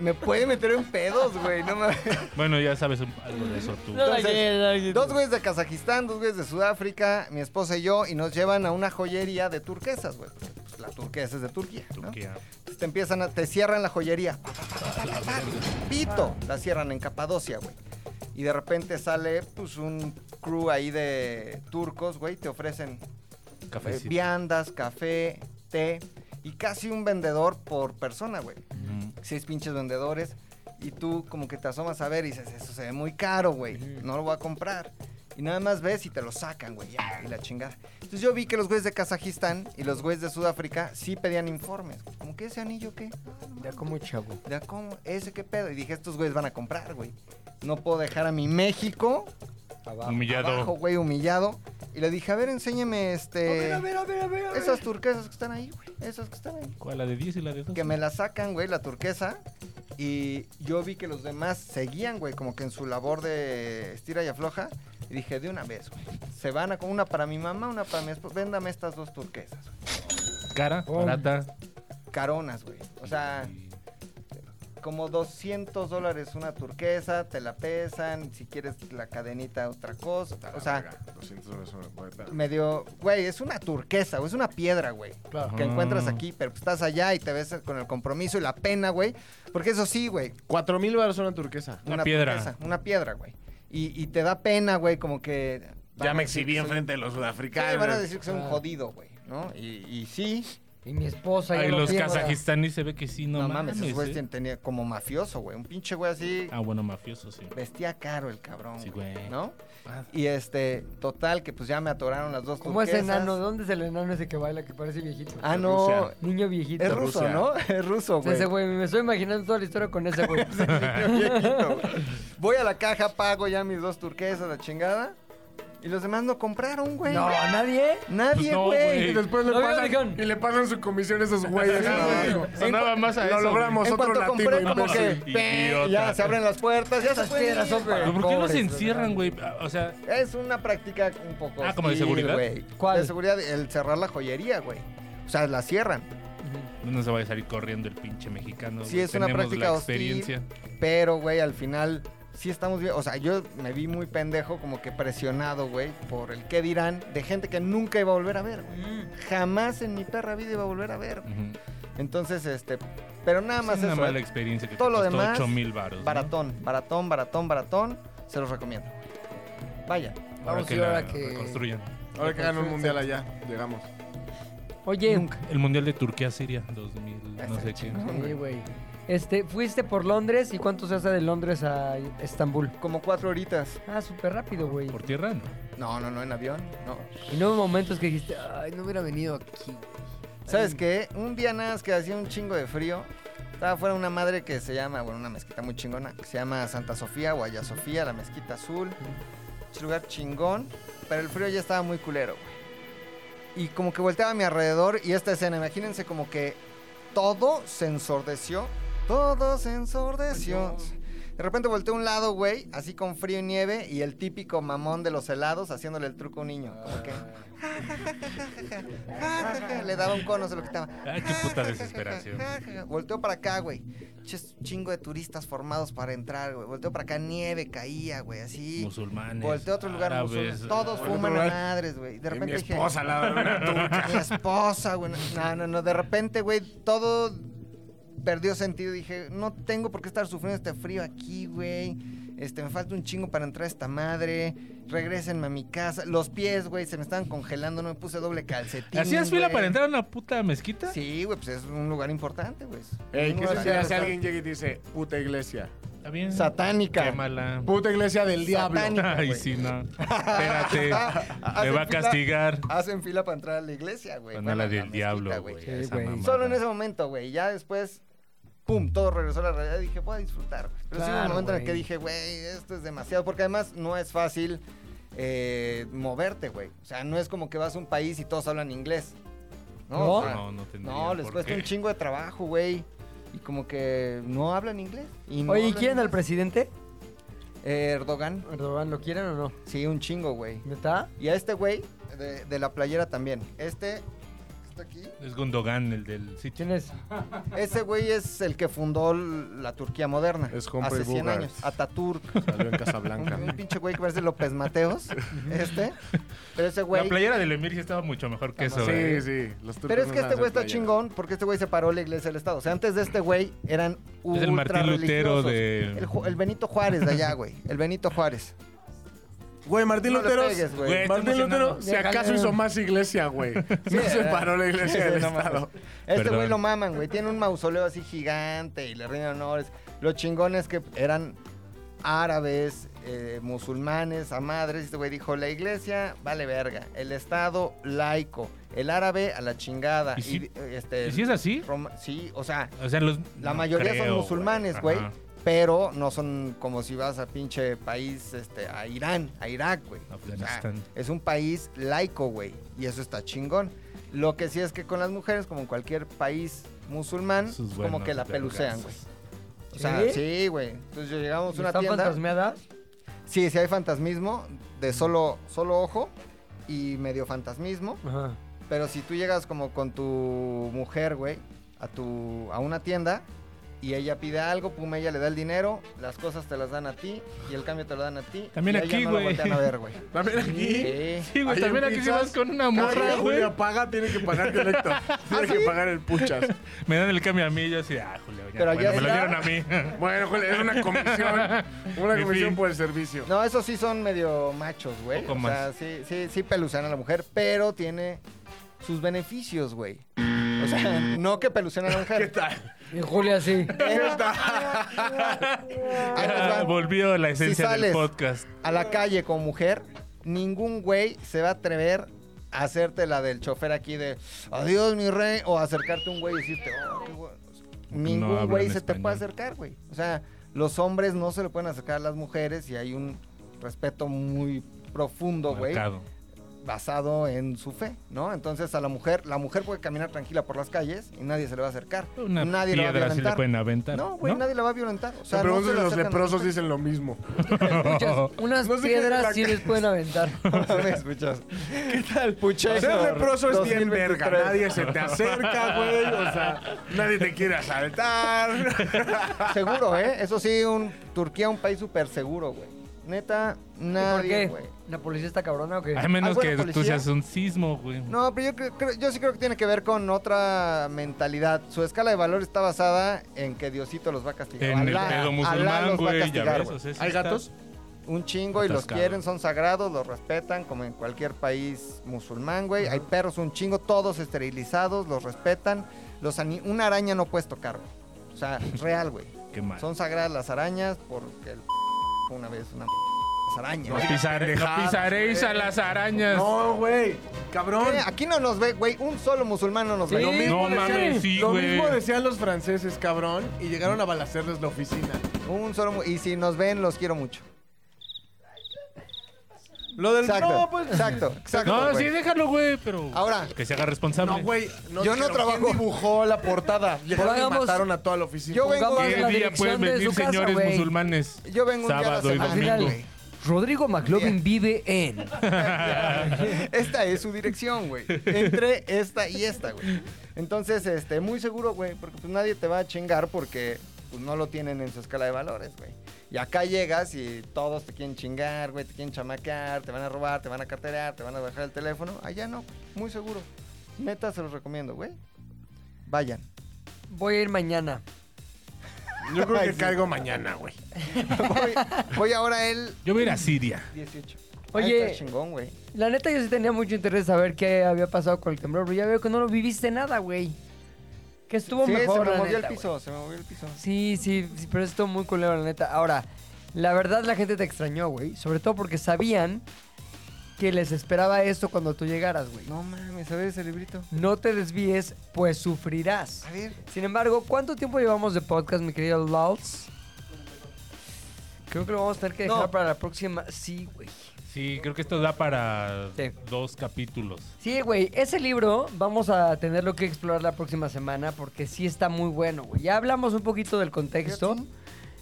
me puede meter en pedos, güey. No mames. Bueno, ya sabes un- algo de eso tú. No la Entonces, quieres, no la quieres. Dos güeyes de Kazajistán, dos güeyes de Sudáfrica, mi esposa y yo, y nos llevan a una joyería de turquesas, güey. Pues la turquesa es de Turquía. ¿no? Turquía. te empiezan a, te cierran la joyería. Pa, pa, pa, pa, pa, pa, pa. Pito, la cierran en Capadocia, güey. Y de repente sale, pues, un crew ahí de turcos, güey, te ofrecen eh, Cafecito. viandas, café, té y casi un vendedor por persona, güey. Mm. Seis pinches vendedores y tú como que te asomas a ver y dices, eso se ve muy caro, güey, no lo voy a comprar. Y nada más ves y te lo sacan, güey, ya, y la chingada. Entonces yo vi que los güeyes de Kazajistán y los güeyes de Sudáfrica sí pedían informes. güey. Como que ese anillo qué? Ya como chavo. ¿De a cómo? ¿Ese qué pedo? Y dije, estos güeyes van a comprar, güey. No puedo dejar a mi México Humillado. abajo, güey, humillado. Y le dije, a ver, enséñame este... a ver, a ver. Esas turquesas que están ahí, güey. Esas que están ahí. ¿Cuál? ¿La de 10 y la de 2? Que me la sacan, güey, la turquesa. Y yo vi que los demás seguían, güey, como que en su labor de estira y afloja. Y dije, de una vez, güey. Se van a con una para mi mamá, una para mi esposa. Véndame estas dos turquesas. güey. Cara, Oh. barata. Caronas, güey. O sea, y- como 200 dólares una turquesa, te la pesan. Si quieres la cadenita, otra cosa. O sea, 200 dólares una puerta. medio. Güey, es una turquesa, güey. Es una piedra, güey. Claro. que encuentras Ah. aquí, pero pues estás allá y te ves con el compromiso y la pena, güey. Porque eso sí, güey. 4 mil baros una turquesa. Una piedra. turquesa, una piedra, güey. Y, y te da pena, güey, como que... Ya van me a decir exhibí que soy- enfrente de los Sí, van a sudafricanos. decir que soy un jodido, güey, ¿no? Y, y sí, Y mi esposa. ya Ay, no los tiene, kazajistaníes se ve que sí, no, no, mames, esos güeyes ¿eh? ten- tenía como mafioso, güey. Un pinche güey así, Ah, bueno, mafioso, sí. vestía caro el cabrón, Sí, güey. ¿no? Y este, total, que pues ya me atoraron las dos ¿Cómo es turquesas. enano? ¿Dónde es el enano ese que baila que parece viejito? Ah, no, Rusia. Niño viejito. es ruso, Rusia. ¿no? Es ruso, O sea, güey. Ese güey, me estoy imaginando toda la historia con ese güey. Viejito, güey. Voy a la caja, pago ya mis dos turquesas, la chingada. Y los demás no compraron, güey. no, nadie. Nadie, Pues no, güey. güey. Y después le No, pasan, dijeron. y le pasan su comisión a esos güeyes. Sí, ¿no? güey. Sonaba más a Lo eso. logramos, En otro cuanto latino compré, como imbécil. que Idiota. ¡ping! ya se abren las puertas, ya se pueden piedras ir, son para- ¿Pero güey. por qué no Pobres, se encierran, güey? Ah, O sea, Es una práctica un poco. Ah, ¿como de hostil, seguridad? güey. ¿Cuál? De seguridad, el cerrar la joyería, güey. O sea, la cierran. no se vaya a salir corriendo el pinche mexicano. Sí, güey. es una Tenemos práctica la hostil. experiencia. Pero, güey, al final sí estamos bien. O sea, yo me vi muy pendejo, como que presionado, güey, por el qué dirán de gente que nunca iba a volver a ver, güey. Jamás en mi perra vida iba a volver a ver. güey. Ujú. Entonces, este. Pero nada más es una eso. mala eh, experiencia que Todo te lo costó demás, 8 mil baros. ¿no? Baratón, baratón, baratón, baratón. Se los recomiendo. Vaya. Vamos Ahora a que ir ahora la que- reconstruyan. Ahora que ganan un mundial allá, llegamos. Oye, El Mundial de Turquía-Siria 2000, no sé Sí, qué. güey. Este, fuiste por Londres y cuánto se hace de Londres a Estambul. Como cuatro horitas. Ah, súper rápido, güey. Por tierra, ¿no? No, no, no, en avión. No. Y no hubo momentos que dijiste, ay, no hubiera venido aquí. ¿Sabes qué? Un día nada más que hacía un chingo de frío. Estaba fuera una madre que se llama, bueno, una mezquita muy chingona, que se llama Santa Sofía, Guaya Sofía, la mezquita azul. Ch- Lugar chingón. Pero el frío ya estaba muy culero, güey. Y como que volteaba a mi alrededor y esta escena, imagínense como que todo se ensordeció. Todo se ensordeció. De repente volteé a un lado, güey, así con frío y nieve, y el típico mamón de los helados haciéndole el truco a un niño. Como que. Ah. Le daba un cono, se lo quitaba. Ay, qué puta desesperación. Volteo para acá, güey. Ches, chingo de turistas formados para entrar, güey. Volteo para acá, nieve caía, güey, así. Musulmanes. Volteo a otro lugar, árabes, musulmanes. Todos ah, fuman a lugar. madres, güey. De Y mi repente dije. esposa al lado de una turca. Mi esposa, güey. No, no, no. De repente, güey, todo perdió sentido. Dije, no tengo por qué estar sufriendo este frío aquí, güey. Este, me falta un chingo para entrar a esta madre. Regrésenme a mi casa. Los pies, güey, se me estaban congelando. No me puse doble calcetín. ¿Hacías fila güey. para entrar a una puta mezquita? Sí, güey, pues es un lugar importante, güey. Ey, Un ¿qué lugar se hace si importante. alguien llega y dice, puta iglesia? Está bien. Satánica. Qué mala. Puta iglesia del diablo. Satánica, Ay, güey. sí, no. Espérate. Hacen Me va a fila- castigar. Hacen fila para entrar a la iglesia, güey. Con ala Bueno, a del la diablo, mezquita, güey. Sí, esa güey. mamada. Solo en ese momento, güey. Ya después, pum, todo regresó a la realidad. Dije, voy a disfrutar, güey. Pero sí hubo un Claro, momento en el que güey. dije, güey, esto es demasiado. Porque además no es fácil eh, moverte, güey. O sea, no es como que vas a un país y todos hablan inglés. No, No. O sea, No, no tendría no, les por cuesta qué. un chingo de trabajo, güey. Y como que no hablan inglés. Y no Oye, ¿y hablan quieren al inglés. presidente? Eh, Erdogan. Erdogan, ¿lo quieren o no? Sí, un chingo, güey. ¿Neta? Y a este güey de, de la playera también. Este está aquí. Es Gondogan, el del sitio. ¿Quién es? Ese güey es el que fundó la Turquía moderna. Es Humphrey Hace 100 Bogart. años. Ataturk. Salió en Un, Casablanca. un pinche güey que parece López Mateos. este. Pero ese güey. La playera del Emir sí estaba mucho mejor que eso. Sí, ¿eh? sí. los turcos Pero es no que este saben güey está playera. chingón porque este güey separó la iglesia del Estado. O sea, antes de este güey eran Es el Martín Lutero ultrarreligiosos. de. El, Ju- el Benito Juárez de allá, güey. El Benito Juárez. Güey, Martín No le Lutero. pegues, güey. güey, Estoy Martín emocionado. Lutero, si acaso hizo más iglesia, güey. Sí, No se ¿verdad? paró la iglesia Sí, del no mames. Estado. Este Perdón. güey lo maman, güey. Tiene un mausoleo así gigante y le rinden honores. Los chingones que eran árabes, eh, musulmanes, a madres. Este güey dijo, la iglesia vale verga. El Estado laico. El árabe a la chingada. ¿Y si- di- eh, este, ¿Y si es así? Roma- sí, o sea, O sea, los. la no mayoría creo, son musulmanes, güey. Ajá. Pero no son como si vas a pinche país, este, a Irán, a Irak, güey. Afganistán. O sea, es un país laico, güey. Y eso está chingón. Lo que sí es que con las mujeres, como en cualquier país musulmán, pues, Sus como buenos que la vergazos. pelucean, güey. O sea, ¿Sí? sí, güey. Entonces yo llegamos a una ¿Están tienda. fantasmeadas? Sí, sí hay fantasmismo de solo, solo ojo y medio fantasmismo. Ajá. Pero si tú llegas como con tu mujer, güey, a tu a una tienda y ella pide algo, pum, ella le da el dinero, las cosas te las dan a ti y el cambio te lo dan a ti. También y a ella aquí, no la güey. voltean a ver, güey. También aquí. Sí. Sí, güey, Ahí en también aquí si pizzas, vas con una morra, Morra, güey. Julia paga, tiene que pagar directo. ¿Ah, Tiene que pagar el puchas. Me dan el cambio a mí y yo así, ah, Julio, ya, Pero bueno, allá me lo está. dieron a mí. Bueno, Julia, es una comisión. Una Mi comisión fin. por el servicio. No, esos sí son medio machos, güey. Poco O sea, más. sí, sí, sí pelucean a la mujer, pero tiene sus beneficios, güey. O sea, no que pelucean a la mujer. ¿Qué tal? Y Julia sí. Ahí les Ah, va. volvió la esencia del sales. podcast. a la calle con mujer, ningún güey se va a atrever a hacerte la del chofer aquí de adiós, mi rey, o acercarte a un güey y decirte, "Oh, qué güey". Ningún hablan güey se te español. puede acercar, güey. O sea, los hombres no se le pueden acercar a las mujeres y hay un respeto muy profundo, güey, Marcado. basado en su fe, ¿no? Entonces a la mujer, la mujer puede caminar tranquila por las calles y nadie se le va a acercar. Una nadie la va a piedra sí la violentar. pueden aventar. no, güey, nadie la va a violentar. O sea, Te no pregunto se si le los acercan a la leprosos mujer. dicen lo mismo. Muchas- unas No sé qué piedras la sí les pueden aventar. No me escuchas. ¿Qué tal, Pucheco? Ser leproso es bien 2023. verga. Nadie se te acerca, güey. O sea, nadie te quiere asaltar. Seguro, ¿eh? Eso sí, un, Turquía un país súper seguro, güey. Neta, ¿Por nadie, qué? güey. ¿La policía está cabrona o qué? A menos ¿Alguna que tú policía? seas un sismo, güey. No, pero yo, creo- creo- yo sí creo que tiene que ver con otra mentalidad. Su escala de valor está basada en que Diosito los va a castigar. en el Alá- pedo Alá musulmán, los va a güey, ya castigar, ves. güey. o sea, sí ¿Hay está- gatos? Un chingo y los Atascado. quieren, son sagrados, los respetan, como en cualquier país musulmán, güey. Hay perros un chingo, todos esterilizados, los respetan. Los ani- una araña no puedes tocar, güey. O sea, real, güey. Qué mal. Son sagradas las arañas porque el fue una vez una araña. No pisaré- no pisaréis a las arañas. No, güey. Cabrón. Eh, Aquí no nos ve, güey. Un solo musulmán no nos Sí. ve. Lo No mames, sí, Lo güey. mismo decían los franceses, cabrón, y llegaron a balacerles la oficina. Un solo mu- y si nos ven, los quiero mucho. Lo del Exacto. no, pues. exacto, exacto. No, güey. sí, déjalo, güey, pero. Ahora. Que se haga responsable. No, güey. Yo no pero trabajo. ¿Quién dibujó la portada? Llegaron y Hagamos- mataron a toda la oficina. Yo vengo, Pongamos ¿Qué la día dirección pueden de venir su casa, señores güey. musulmanes? yo vengo un día a la Sábado y semana. Al final, domingo. Rodrigo McLovin vive en. esta es su dirección, güey. Entre esta y esta, güey. Entonces, este, muy seguro, güey, porque pues nadie te va a chingar porque pues, no lo tienen en su escala de valores, güey. Y acá llegas y todos te quieren chingar, güey, te quieren chamacar, te van a robar, te van a carterar, te van a bajar el teléfono. Allá no, muy seguro. Neta, se los recomiendo, güey. Vayan. Voy a ir mañana. Yo creo Ay, que sí. caigo mañana, güey. Voy, voy ahora el Yo voy a ir a Siria. 18. Oye. Ay, está chingón, güey. La neta, yo sí tenía mucho interés de saber qué había pasado con el temblor, pero ya veo que no lo viviste nada, güey. Que estuvo Sí, mejor, se me la movió el neta, piso, se me movió el piso. güey. Sí, sí, sí, pero estuvo muy culero, la neta. Ahora, la verdad, la gente te extrañó, güey. Sobre todo porque sabían que les esperaba esto cuando tú llegaras, güey. No mames, a ver ese librito. No te desvíes, pues sufrirás. A ver. Sin embargo, ¿cuánto tiempo llevamos de podcast, mi querido Lals? Creo que lo vamos a tener que dejar No. para la próxima. Sí, güey. Sí, creo que esto da para Sí. dos capítulos. Sí, güey, ese libro vamos a tenerlo que explorar la próxima semana porque sí está muy bueno, güey. Ya hablamos un poquito del contexto.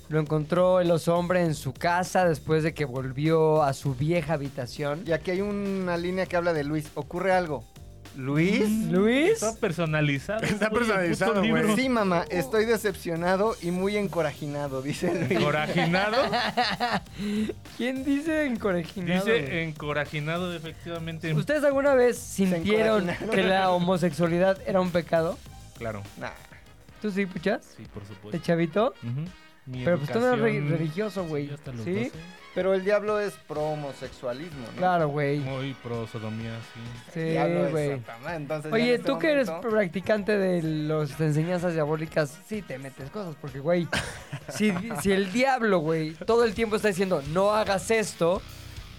Lo encontró el oso hombre en su casa después de que volvió a su vieja habitación. Y aquí hay una línea que habla de Luis. Ocurre algo. ¿Luis? ¿Luis? Mm, Está personalizado. Está güey, el personalizado, puto güey. libro. Sí, mamá, estoy decepcionado y muy encorajinado, dice Luis. Encorajinado. ¿Quién dice encorajinado? güey? Dice eh, encorajinado, Pues efectivamente. ¿Ustedes alguna vez sintieron encorajinaron. que la homosexualidad era un pecado? Claro, Nah. ¿Tú sí, puchas? sí, por supuesto. ¿De chavito? Ujú. Pues, Mi Pero pues tú no eres re- educación- religioso, güey. Sí, hasta los ¿Sí? 12. Pero el diablo es pro homosexualismo, ¿no? Claro, güey. Muy pro sodomía, sí. Sí, El diablo es güey. Satanás, entonces ya en Oye, este tú que eres momento- practicante de las enseñanzas diabólicas, sí te metes cosas, porque, güey, si, si el diablo, güey, todo el tiempo está diciendo, no hagas esto,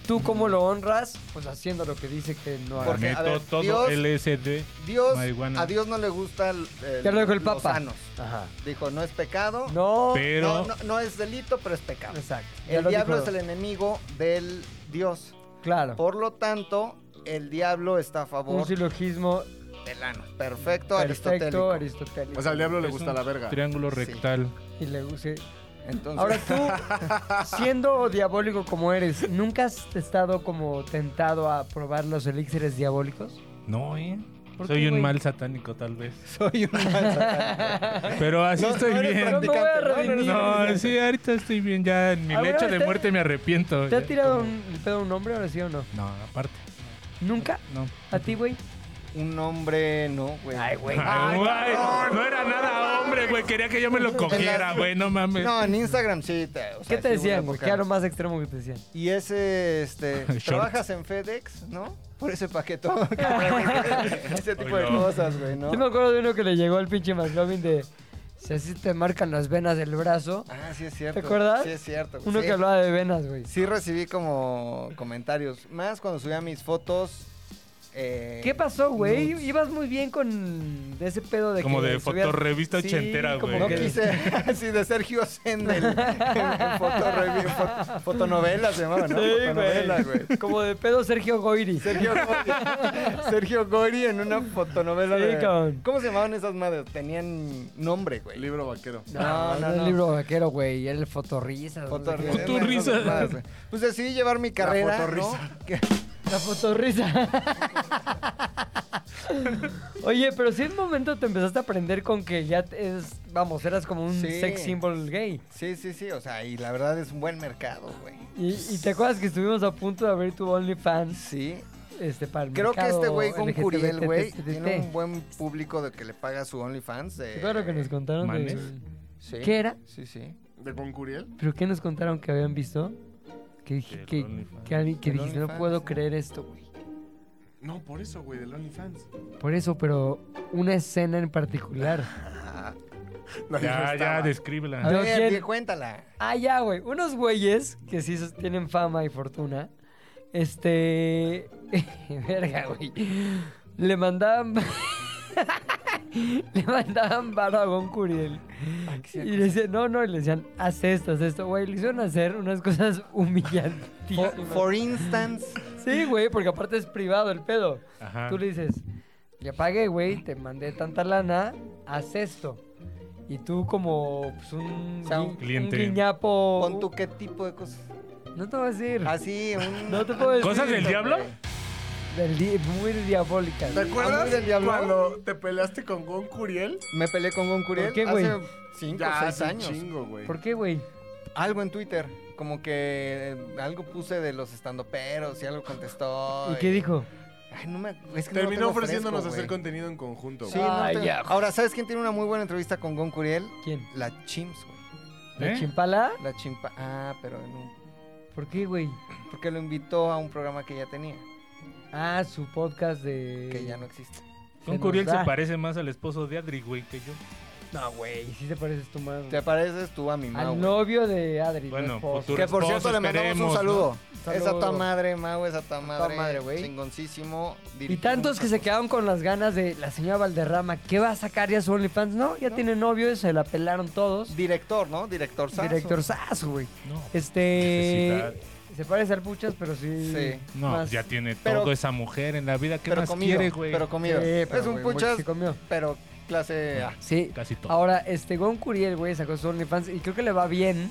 ¿tú cómo lo honras? Pues haciendo lo que dice que no hagas. Porque, a Meto ver, todo Dios- LSD. Dios, Marihuana. a Dios no le gusta el, el- Ya lo dijo el los Papa. sanos. Ajá. Dijo, no es pecado. No. Pero. No, no- no es delito, pero es pecado. Exacto. Ya El lo diablo dijo. es el enemigo del Dios. Claro. Por lo tanto, el diablo está a favor Un silogismo del ano. perfecto, Perfecto, aristotélico. aristotélico. O sea, al diablo le Es gusta un la verga. Triángulo Sí. rectal. Y le guste. Entonces, Ahora tú, siendo diabólico como eres, ¿nunca has estado como tentado a probar los elixires diabólicos? No, ¿eh? ¿Por Soy qué, un güey? mal satánico, tal vez. soy un Pero así estoy eres bien. No me voy a practicante, redimir. No, sí, ahorita estoy bien. Ya en mi ¿Alguna lecho vez de te- muerte me arrepiento. ¿Te ha ya, tirado como- un pedo un hombre ahora sí o no? No, aparte. ¿Nunca? No. ¿A ti, güey? Un hombre, no, güey. Ay, güey. Ay, güey, no era nada hombre, güey. Quería que yo me lo cogiera, güey. No mames. No, en Instagram sí. te- o ¿Qué sea, te sí decían, hubo güey? épocas. ¿Qué era lo más extremo que te decían? Y ese, este, Short. trabajas en FedEx, ¿no? Por ese paquetón. ese tipo de Ay, no. cosas, güey, ¿no? Yo me acuerdo de uno que le llegó al pinche McLovin de... Si así te marcan las venas del brazo. Ah, sí es cierto. acuerdas? Sí es cierto. güey. Uno Sí. que hablaba de venas, güey. Sí recibí como comentarios, más cuando subía mis fotos. eh, ¿Qué pasó, güey? nudes. Ibas muy bien con ese pedo de Como que de subías- fotorrevista Sí, ochentera, como güey. No que- quise, así de Sergio Sendel. en, fotorrevi- fo- fotonovela se llamaba, ¿no? Fotonovela, güey. Como de pedo Sergio Goiri. Sergio Gori. Sergio Gori en una fotonovela Sí, de- cabrón. ¿Cómo se llamaban esas madres? Tenían nombre, güey. Libro vaquero. Ah, No, no, no, el no. libro vaquero, güey. Era el fotorrisa. Fotorrevista, Con tu esas risa. mamadas, güey. Pues decidí llevar mi carrera, ¿no? fotorrisa. Que- La fotorrisa. Oye, pero si en un momento te empezaste a aprender con que ya te- es, vamos, eras como un Sí. sex symbol gay. Sí, sí, sí. O sea, y la verdad es un buen mercado, güey. Y, Pues y te acuerdas que estuvimos a punto de abrir tu OnlyFans Sí, este, para el Creo que mercado este güey con LGBT, Curiel, güey, TTT. tiene un buen público de que le paga su OnlyFans. de- Claro que nos contaron de- ¿Manes? Sí, ¿Qué era? Sí, sí. ¿De Concuriel? ¿Pero qué nos contaron que habían visto? Que, dije- Del que, OnlyFans. que alguien- que Del dijiste, no OnlyFans, puedo ¿no? creer esto, güey. No, por eso, güey, del OnlyFans. Por eso, pero una escena en particular. No, yo no Ya, ya, estaba. A A descríbela. ver, ver, ¿quién? di- cuéntala. Ah, ya, güey. Unos güeyes que sí sos- tienen fama y fortuna. Este. Verga, güey. Le mandaban. le mandaban varo a Gon Curiel. Y le decían, no, no, y le decían, haz esto, haz esto. Güey, le hicieron hacer unas cosas humillantísimas. For, for instance, Sí, güey, porque aparte es privado el pedo. Ajá. Tú le dices, ya pagué, güey, te mandé tanta lana, haz esto. Y tú como pues, un, O sea, un gui- cliente. guiñapo... pon tu qué tipo de cosas. No te voy a decir. Así, un. No te puedo decir. ¿Cosas del diablo? Del di- muy diabólica. ¿Te acuerdas del diablo? cuando te peleaste con Goncuriel? Me peleé con Gon Curiel ¿Por qué, güey? hace 5 o Ya 6 hace un años. chingo, güey. ¿Por qué, güey? Algo en Twitter. Como que eh, algo puse de los estandoperos y algo contestó. ¿Y qué dijo? Ay, no me. Es que no lo Terminó tengo ofreciéndonos fresco, hacer güey. contenido en conjunto. Sí, güey. no Ay, tengo- ya. Ahora, ¿sabes quién tiene una muy buena entrevista con Gon Curiel? ¿Quién? La Chimps, güey. ¿La ¿Eh? chimpala? La chimpa. Ah, pero no. ¿Por qué, güey? Porque lo invitó a un programa que ya tenía, Ah, su podcast de... que ya no existe. Se Con nos Curiel se da. parece más al esposo de Adri, güey, que yo. No, güey, sí te pareces tu madre. Te pareces tú a mi Al Mau. novio de Adri. Bueno, no esposo. futuro. Que por Todos cierto le mandamos un esperemos, saludo. ¿no? Es a tu Saludo. madre, Mau, es a tu madre. madre, güey. Chingoncísimo. Y tantos que se quedaron con las ganas de la señora Valderrama, ¿qué va a sacar ya su OnlyFans? No, ya tiene novio, se la pelaron todos. Director, ¿no? Director Sazo. Director Sazo, güey. No. Este. Se parece al Puchas, pero sí. Sí. No, más- ya tiene Pero- todo esa mujer en la vida. ¿Qué Pero más comido. quiere, güey? Pero Sí, comido. pero, es un güey, puchas, se comió. pero clase A. Sí. Casi todo. Ahora, este Gon Curiel, güey, sacó su OnlyFans y creo que le va bien.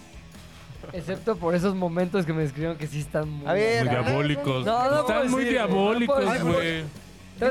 Excepto por esos momentos que me describieron que sí están muy. A ver. Muy Era- diabólicos. No, no puedo Están muy decir, güey, no puedo diabólicos, decir. güey. voy a decir-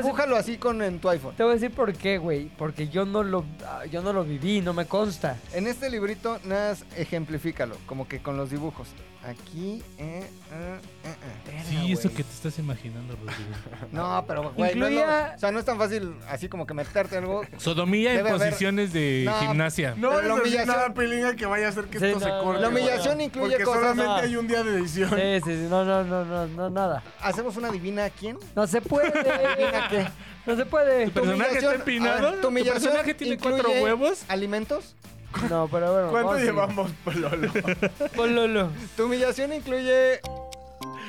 Dibújalo así con en tu iPhone. Te voy a decir por qué, güey. Porque yo no lo, ah, yo no lo viví, no me consta. En este librito, nada más ejemplifícalo, como que con los dibujos. Aquí, eh, eh, eh, eh. Sí, Verga, eso güey. que te estás imaginando, Rodrigo. No, pero, güey, no es lo- Incluía- o sea, no es tan fácil así como que meterte algo. Sodomía en Debe haber- posiciones de No. gimnasia. No Pero la es así humillación- nada pelinga que vaya a hacer que Sí, esto no, se corte. La güey. humillación incluye Porque cosas. solamente no. hay un día de edición. Sí, sí, sí, no, no, no, no, no, nada. ¿Hacemos una divina a quién? No se puede. No se puede. Tu personaje está humillación- empinado, a ver, tu ¿Tu humillación personaje tiene cuatro incluye huevos. ¿Alimentos? No, pero bueno. ¿Cuánto vamos a- llevamos, Lolo? Pon Lolo. ¿Tu humillación incluye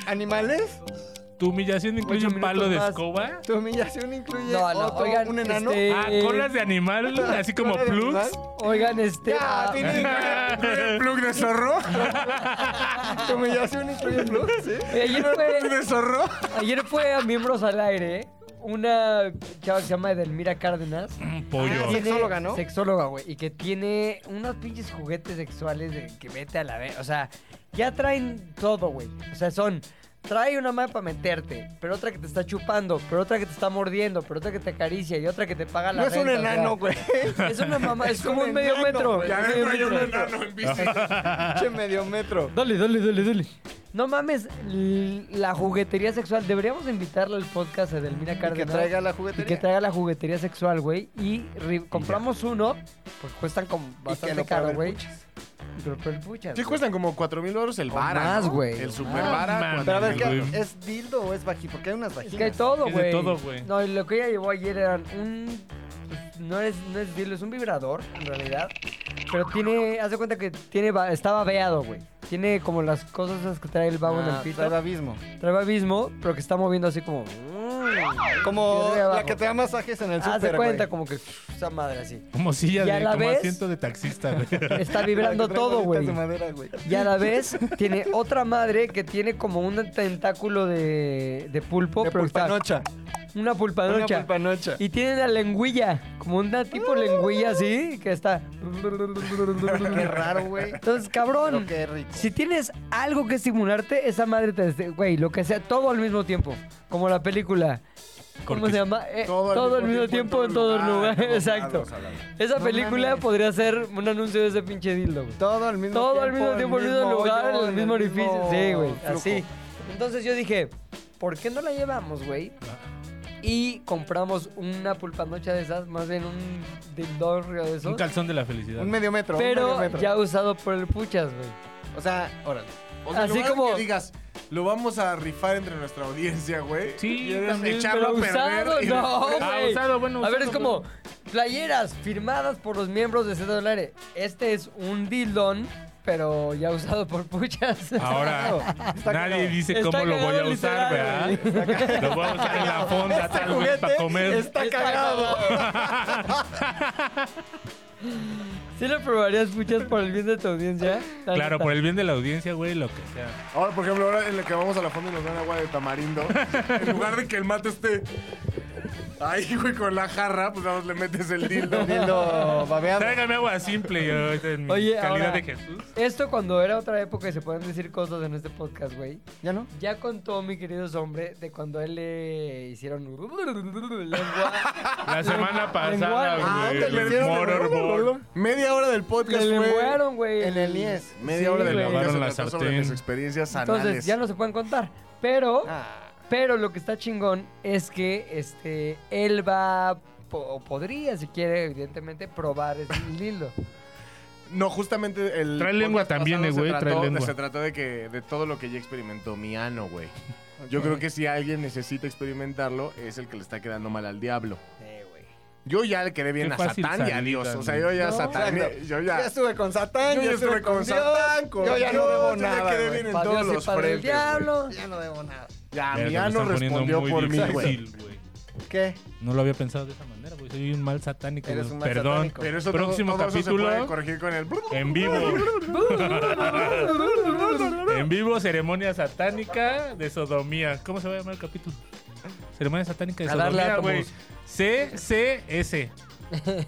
animales? Tu humillación incluye Ocho un palo minutos de más. escoba. ¿Tu humillación incluye No, no, otro, oigan, un enano? este- Ah, colas de animal, así como ¿Cola de plugs. animal? Oigan, este. Ya, ah, tiene- ¿Plug de zorro? ¿Tu humillación incluye plugs? ¿Sí? oye, ayer, ¿Plug de fue, zorro? ayer fue a Miembros al Aire una chava que se llama Edelmira Cárdenas. Mm, pollo. Ah, sí. Sexóloga, ¿no? Sexóloga, güey. Y que tiene unos pinches juguetes sexuales de que vete a la vez. O sea, ya traen todo, güey. O sea, son. Trae una mano para meterte, pero otra que te está chupando, pero otra que te está mordiendo, pero otra que te acaricia y otra que te paga la No es un renta, o sea, enano, güey. es una mamá, es, Es como un un medio enano, metro. güey. Ya es medio adentro hay un metro. enano en bici. Che, medio metro. Dale, dale, dale, dale. No mames, l- la juguetería sexual. Deberíamos invitarla al podcast de Edelmira Y Que Cárdenas. traiga la Y juguetería. que traiga la juguetería sexual, güey. Y ri- compramos uno, porque cuestan como bastante lo caro, pruebe el güey. Y que lo pruebe el puchas, Sí, güey. cuestan como 4 mil dólares el vara. más, ¿no? güey, El o super más. vara. Man. cuatro Pero a ver, mil ¿qué- dólares. ¿es dildo o es vagina? Porque hay unas Es vaginas. que hay todo, Es de güey. todo, güey. No, y lo que ella llevó ayer eran un. pues, No es, no es dildo, es un vibrador, en realidad. Pero tiene. Haz de cuenta que tiene, ba- está babeado, güey. Tiene como las cosas esas que trae el babo en el Ah, pito. trae abismo. Trae abismo, pero que está moviendo así como. Como Pierde la abajo. que te da masajes en el Haz súper, de cuenta, güey. como que. Esa madre así. Como silla Y a de, la como vez- asiento de taxista, güey. Está La que vibrando trae todo, bolitas güey. de madera, güey. Y a la vez tiene otra madre que tiene como un tentáculo de, de pulpo, De pero está- pulpanocha. una Una pulpanocha. pulpanocha. Y tiene la lengüilla, como una tipo lengüilla así, que está. Qué raro, güey. Entonces, Pero cabrón, qué rico. si tienes algo que estimularte, esa madre te. este- Güey, lo que sea, todo al mismo tiempo. Como la película. ¿Cómo Porque se llama? Eh, todo al mismo tiempo, en todo el lugar. Exacto. Ah, todos lados. Esa No película mames. podría ser un anuncio de ese pinche dildo, güey. Todo al mismo Todo al tiempo. mismo tiempo, en el mismo lugar, en el mismo orificio. Sí, güey. Así. Entonces yo dije, ¿por qué no la llevamos, güey? Y compramos una pulpanocha de esas, más bien un dildorrio de Un esos. calzón de la felicidad. Un medio metro. un medio Pero metro. ya usado por el puchas, güey. O sea, órale. O sea, Así Así como como- que digas, lo vamos a rifar entre nuestra audiencia, güey. Sí, y eres también, echarlo Pero a perder. usado, y- no, Ah, güey. usado, bueno, A ver, es usado, como bueno. playeras firmadas por los miembros de Z Aire. Este es un dildón, pero ya usado por puchas. Ahora, Está nadie cagado. dice Está cómo lo voy a cagado, usar, literal, ¿verdad? Lo voy a usar en la fonda, Este tal vez, para juguete comer. Está Está cagado. ¿Sí lo probarías puchas por el bien de tu audiencia? La Claro, neta. por el bien de la audiencia, güey, lo que sea. Ahora, por ejemplo, ahora en la que vamos a la fonda y nos dan agua de tamarindo, en lugar de que el mate esté ahí, güey, con la jarra, pues nada más le metes el dildo. Dildo babeado. Tráigame agua simple, yo, ahorita en mi Oye, calidad ahora- de Jesús. Esto cuando era otra época y se pueden decir cosas en este podcast, güey. ¿Ya no? Ya contó mi querido hombre de cuando a él le hicieron lengua. La semana lenguaron. pasada, Ah, güey, ¿dónde le el hicieron? Motor Board. Media hora del le podcast pues fue... lenguaron, güey. En el IES. Media Sí, hora del güey. podcast se Lavaron la trató sobre sartén. mis experiencias anales. Entonces, ya no se pueden contar. Pero, Ah, pero lo que está chingón es que este él va po- o podría, si quiere, evidentemente, probar ese dildo. No, justamente el. Trae podcast lengua también, pasado eh, se güey, trató- trae lengua. Se trató de que de todo lo que ya experimentó mi ano, güey. Yo creo que si alguien necesita experimentarlo, es el que le está quedando mal al diablo. Sí, güey. Yo ya le quedé bien Qué a fácil Satán y a salida, Dios. O sea, güey. yo ya No, Satán. eh, exacto. Yo Ya ya. estuve con Satán, yo, estuve con, Satán, con yo ya no Dios, debo yo ya nada. quedé güey. bien en Padre todos sí, los padre el frentes, diablo. Ya no debo nada. Ya, Verga, mi me ano están poniendo respondió muy por mí, güey. difícil, güey. ¿Qué? No lo había pensado de esa manera, güey. Soy un mal satánico. Eres güey. un mal Perdón. satánico. Pero eso Próximo todo, todo eso capítulo. se puede corregir con el. En vivo. en vivo, ceremonia satánica de sodomía. ¿Cómo se va a llamar el capítulo? Ceremonia satánica de A darle sodomía, güey. átomos. CCS.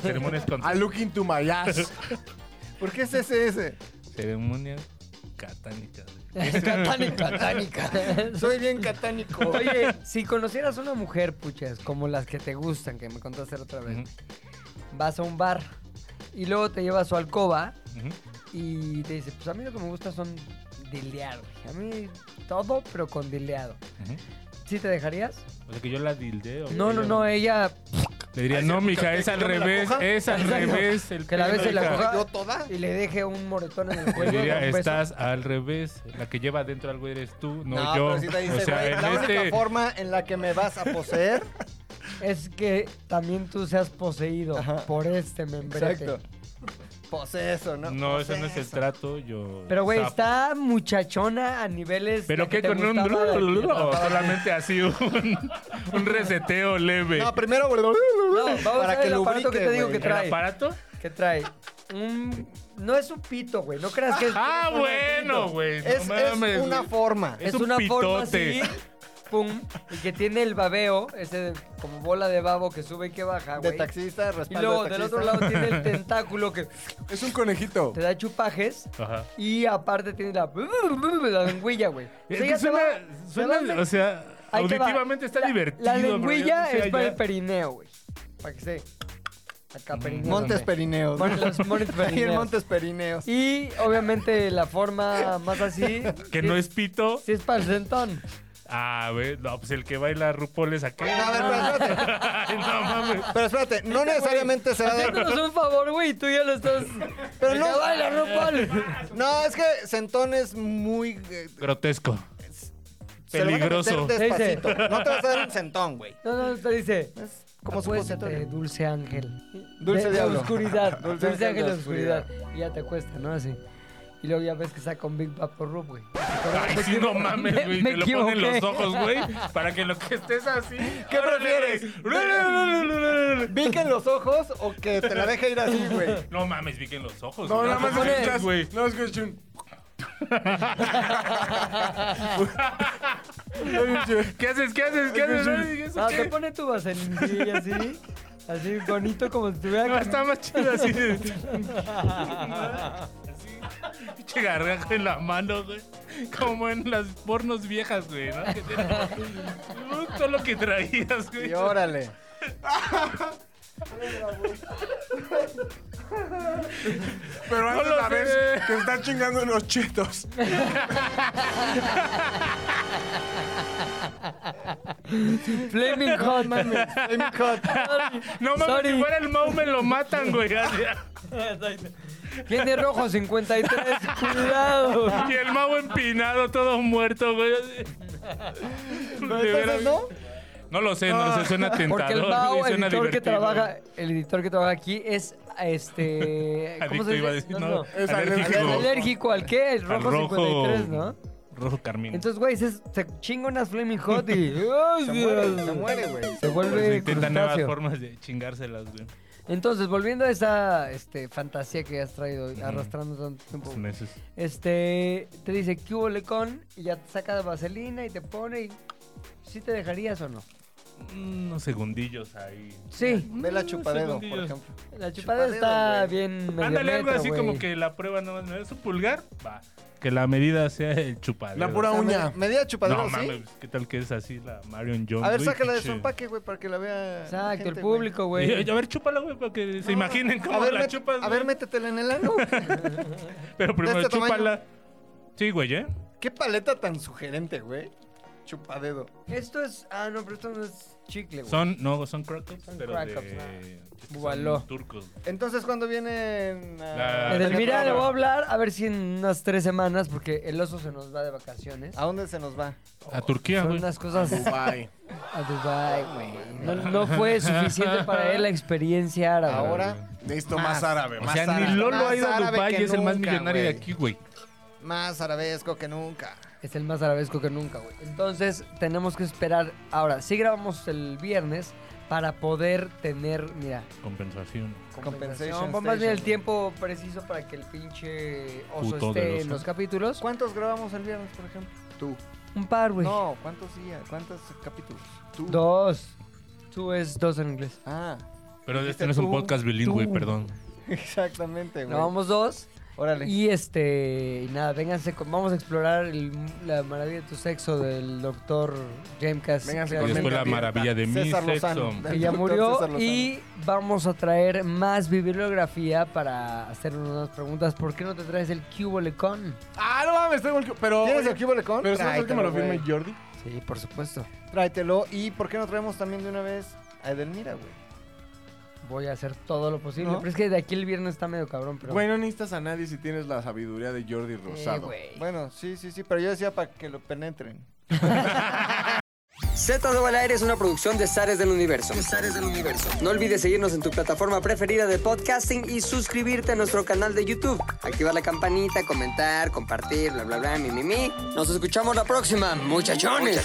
Ceremonias con I look into my ass. ¿Por qué es ese ese? ceremonias catánicas. Catánica, catánica. Soy bien catánico. Oye, si conocieras una mujer, puchas, como las que te gustan, que me contaste la otra vez, vas a un bar y luego te llevas a su alcoba y te dice, pues a mí lo que me gusta son dilear, güey. A mí todo, pero con dileado. ¿Sí te dejarías? O sea, que yo la dildeo. No, no, no, eh. ella... Le diría, no, mija, es al revés, es al Exacto. revés. El Que la pelo, bese y la hija". coja. ¿Yo toda? Y le deje un moretón en el Le cuello. diría, un beso. estás al revés. La que lleva adentro algo eres tú, no, No, yo. pero sí te dice, o sea, güey, en la única este... forma en la que me vas a poseer. Es que también tú seas poseído Ajá. por este membrete. Exacto. Poseso, ¿no? No, eso no es el Poseso. trato, yo... Pero, güey, Sapo. está muchachona a niveles. ¿Pero de que qué? te ¿Con un gustaba de- drulululu o solamente así un, un reseteo leve? No, primero. No, vamos Para a ver que el aparato lubrique, que te digo güey. que ¿El trae. aparato? Que trae. Un... No es un pito, güey. No creas que es. Ah, es un bueno, pito. güey. no Es, es mames, una güey. forma. Es, Es un una forma así. pitote. Pum. Y que tiene el babeo, ese de- como bola de babo que sube y que baja, De güey. taxista, Y respaldo luego de del taxista. otro lado tiene el tentáculo que Es un conejito. te da chupajes. Ajá. Y aparte tiene la, la lengüilla, güey. O Es sea, que ya se suena, va- se suena- va donde- o sea, Ahí te va. auditivamente está La- divertido. La bro, yo lengüilla no sé es para allá. el perineo, güey. Para que se... Mm. Acá perineo. Montes güey. Perineos. Mon- los Montes Ahí en Perineos. Montes Perineos. Y obviamente la forma más así... Que sí no es pito. Sí es para el sentón. Ah, güey, no, pues el que baila RuPaul es aquel. No, a ver, pero espérate. Ay, no mames. Pero espérate, no necesariamente será de. Haznos un favor, güey. Tú ya lo estás... Pero Que no- baila, RuPaul. No, es que Sentón es muy. eh, Grotesco. se lo van a Peligroso. meter Dice- despacito. No te vas a dar un Sentón, güey. No, no, te dice... Es como Como su Acuéstate, dulce ángel. Pues, Dulce eh, de, de diablo. oscuridad. Dulce Dulce, ángel ángel de de oscuridad. Y ya te acuesta, ¿no? Así. Y luego ya ves que saca un Big Papo Rub, güey. Ay, sí, no mames, me- güey. me Te lo ponen equivoqué. los ojos, güey. Para que lo que estés así. ¿Qué prefieres? prefieres? ¿Vic en los ojos o que te la deje ir así, güey? No mames, vi que en los ojos. No, güey. nada más Te pones, escuchas, güey. Nada más escuchas un. ¿Qué haces? ¿Qué haces? ¿Qué haces? Ay, ¿eso Ah, qué? te pone tu vaselina y así. Así bonito como si No, estuviera. está más chido así. de- Así, Pinche gargajo en la mano, güey. Como en las pornos viejas, güey, ¿no? Que te- Todo lo que traías, güey. Y órale. Pero antes lo la sé. vez que está chingando unos chetos. Flaming hot, mames. Flaming Hot. No mames, Sorry. si fuera el Mau me lo matan, güey. Así. Tiene rojo 53. Cuidado. Y el Mau empinado, todo muerto, güey. así. De veras, Entonces, ¿no? No lo sé, no lo sé, suena tentador. Ah, Porque el güey, Bao, el suena editor que divertido, trabaja, el editor que trabaja aquí es este. güey. ¿Cómo Adicto se iba a dice? decir, No, no. no. Es alérgico. alérgico. Alérgico al qué? El Al rojo, rojo. 53, ¿no? Rojo carmín. Entonces, güey, se, se chinga unas flaming hot y. ¡Ay, Se Dios! muere, se muere, güey. Se Por eso vuelve intentan nuevas crustáceo. formas de chingárselas, güey. Entonces, volviendo a esa este, fantasía que has traído arrastrando tanto tiempo. Meses. Este, te dice, ¿qué hubo lecón? Y ya te saca vaselina y te pone y... ¿Sí te dejarías o no? Unos segundillos ahí. Sí. Ve la Mm, chupadedo, por segundillos. ejemplo. La chupada está bien medio Ándale algo metro, así güey. como que la prueba nada más me da su pulgar. Va. Que la medida sea el chupadero. La pura O sea, uña. me- Medida chupadero, No mames, ¿sí? ¿qué tal que es así la Marion Jones? A ver, güey? sácala de su Pinche- empaque, güey, para que la vea. la Exacto, el gente, güey. público, Y- güey. y- A ver, chúpala, güey, para que se imaginen cómo A ver, la met- chupas. a ver, güey. métetela en el ano. Pero primero este tamaño. chúpala. Sí, güey, ¿eh? Qué paleta tan sugerente, güey. Chupadedo. Esto es... Ah, no, pero esto no es chicle, güey. Son, no, son crackles, Son pero crack-ups, de... ah. es que son Bubaló. turcos. Entonces, ¿cuándo vienen? La- El del Mira, le voy a Bob. hablar a ver si en unas tres semanas, porque el oso se nos va de vacaciones. ¿A dónde se nos va? A Turquía, Son Ah, güey. Ah, unas cosas Dubai. a Dubai, güey. No, no fue suficiente para él la experiencia árabe. Ahora, Necesito más, árabe, O más sea, árabe. ni Lolo Más ha ido a árabe Dubái que y es el más nunca, millonario de güey. aquí, güey. más arabesco que nunca. Es el más arabesco que nunca, güey. Entonces, tenemos que esperar. Ahora, sí grabamos el viernes para poder tener, mira, Compensación. Compensation compensación. Vamos a tener el Station. tiempo preciso para que el pinche oso Puto del esté oso. en los capítulos. ¿Cuántos grabamos el viernes, por ejemplo? Tú, Un par, güey. No, ¿cuántos días? ¿Cuántos capítulos? tú. Dos. Tú es dos en inglés. Ah, Pero Dijiste este no es un tú, podcast bilingüe, tú. perdón. exactamente, güey. Grabamos dos Órale. Y este, y nada, vénganse, con- vamos a explorar el- la maravilla de tu sexo del doctor James Cass. Vénganse Y con después mente la abierta. maravilla de mi César Lozano. sexo. que ya Doctor murió César Lozano. y vamos a traer más bibliografía para hacer unas preguntas. ¿Por qué no te traes el cubo lecón? Ah, no mames, tengo el que- Pero. ¿Tienes aquí bolecón? Pero ¿sabes que me lo firme güey. Jordi? Sí, por supuesto. Tráetelo. ¿Y por qué no traemos también de una vez a Edelmira, güey? Voy a hacer todo lo posible. ¿No? Pero es que de aquí el viernes está medio cabrón, pero. Güey, no necesitas a nadie si tienes la sabiduría de Jordi Sí, Rosado. güey. Bueno, sí, sí, sí, pero yo decía para que lo penetren. Z2 al aire es una producción de Zares del Universo. del Universo. No olvides seguirnos en tu plataforma preferida de podcasting y suscribirte a nuestro canal de YouTube. Activar la campanita, comentar, compartir, bla, bla, bla, mi, mi, mi. Nos escuchamos la próxima, muchachones.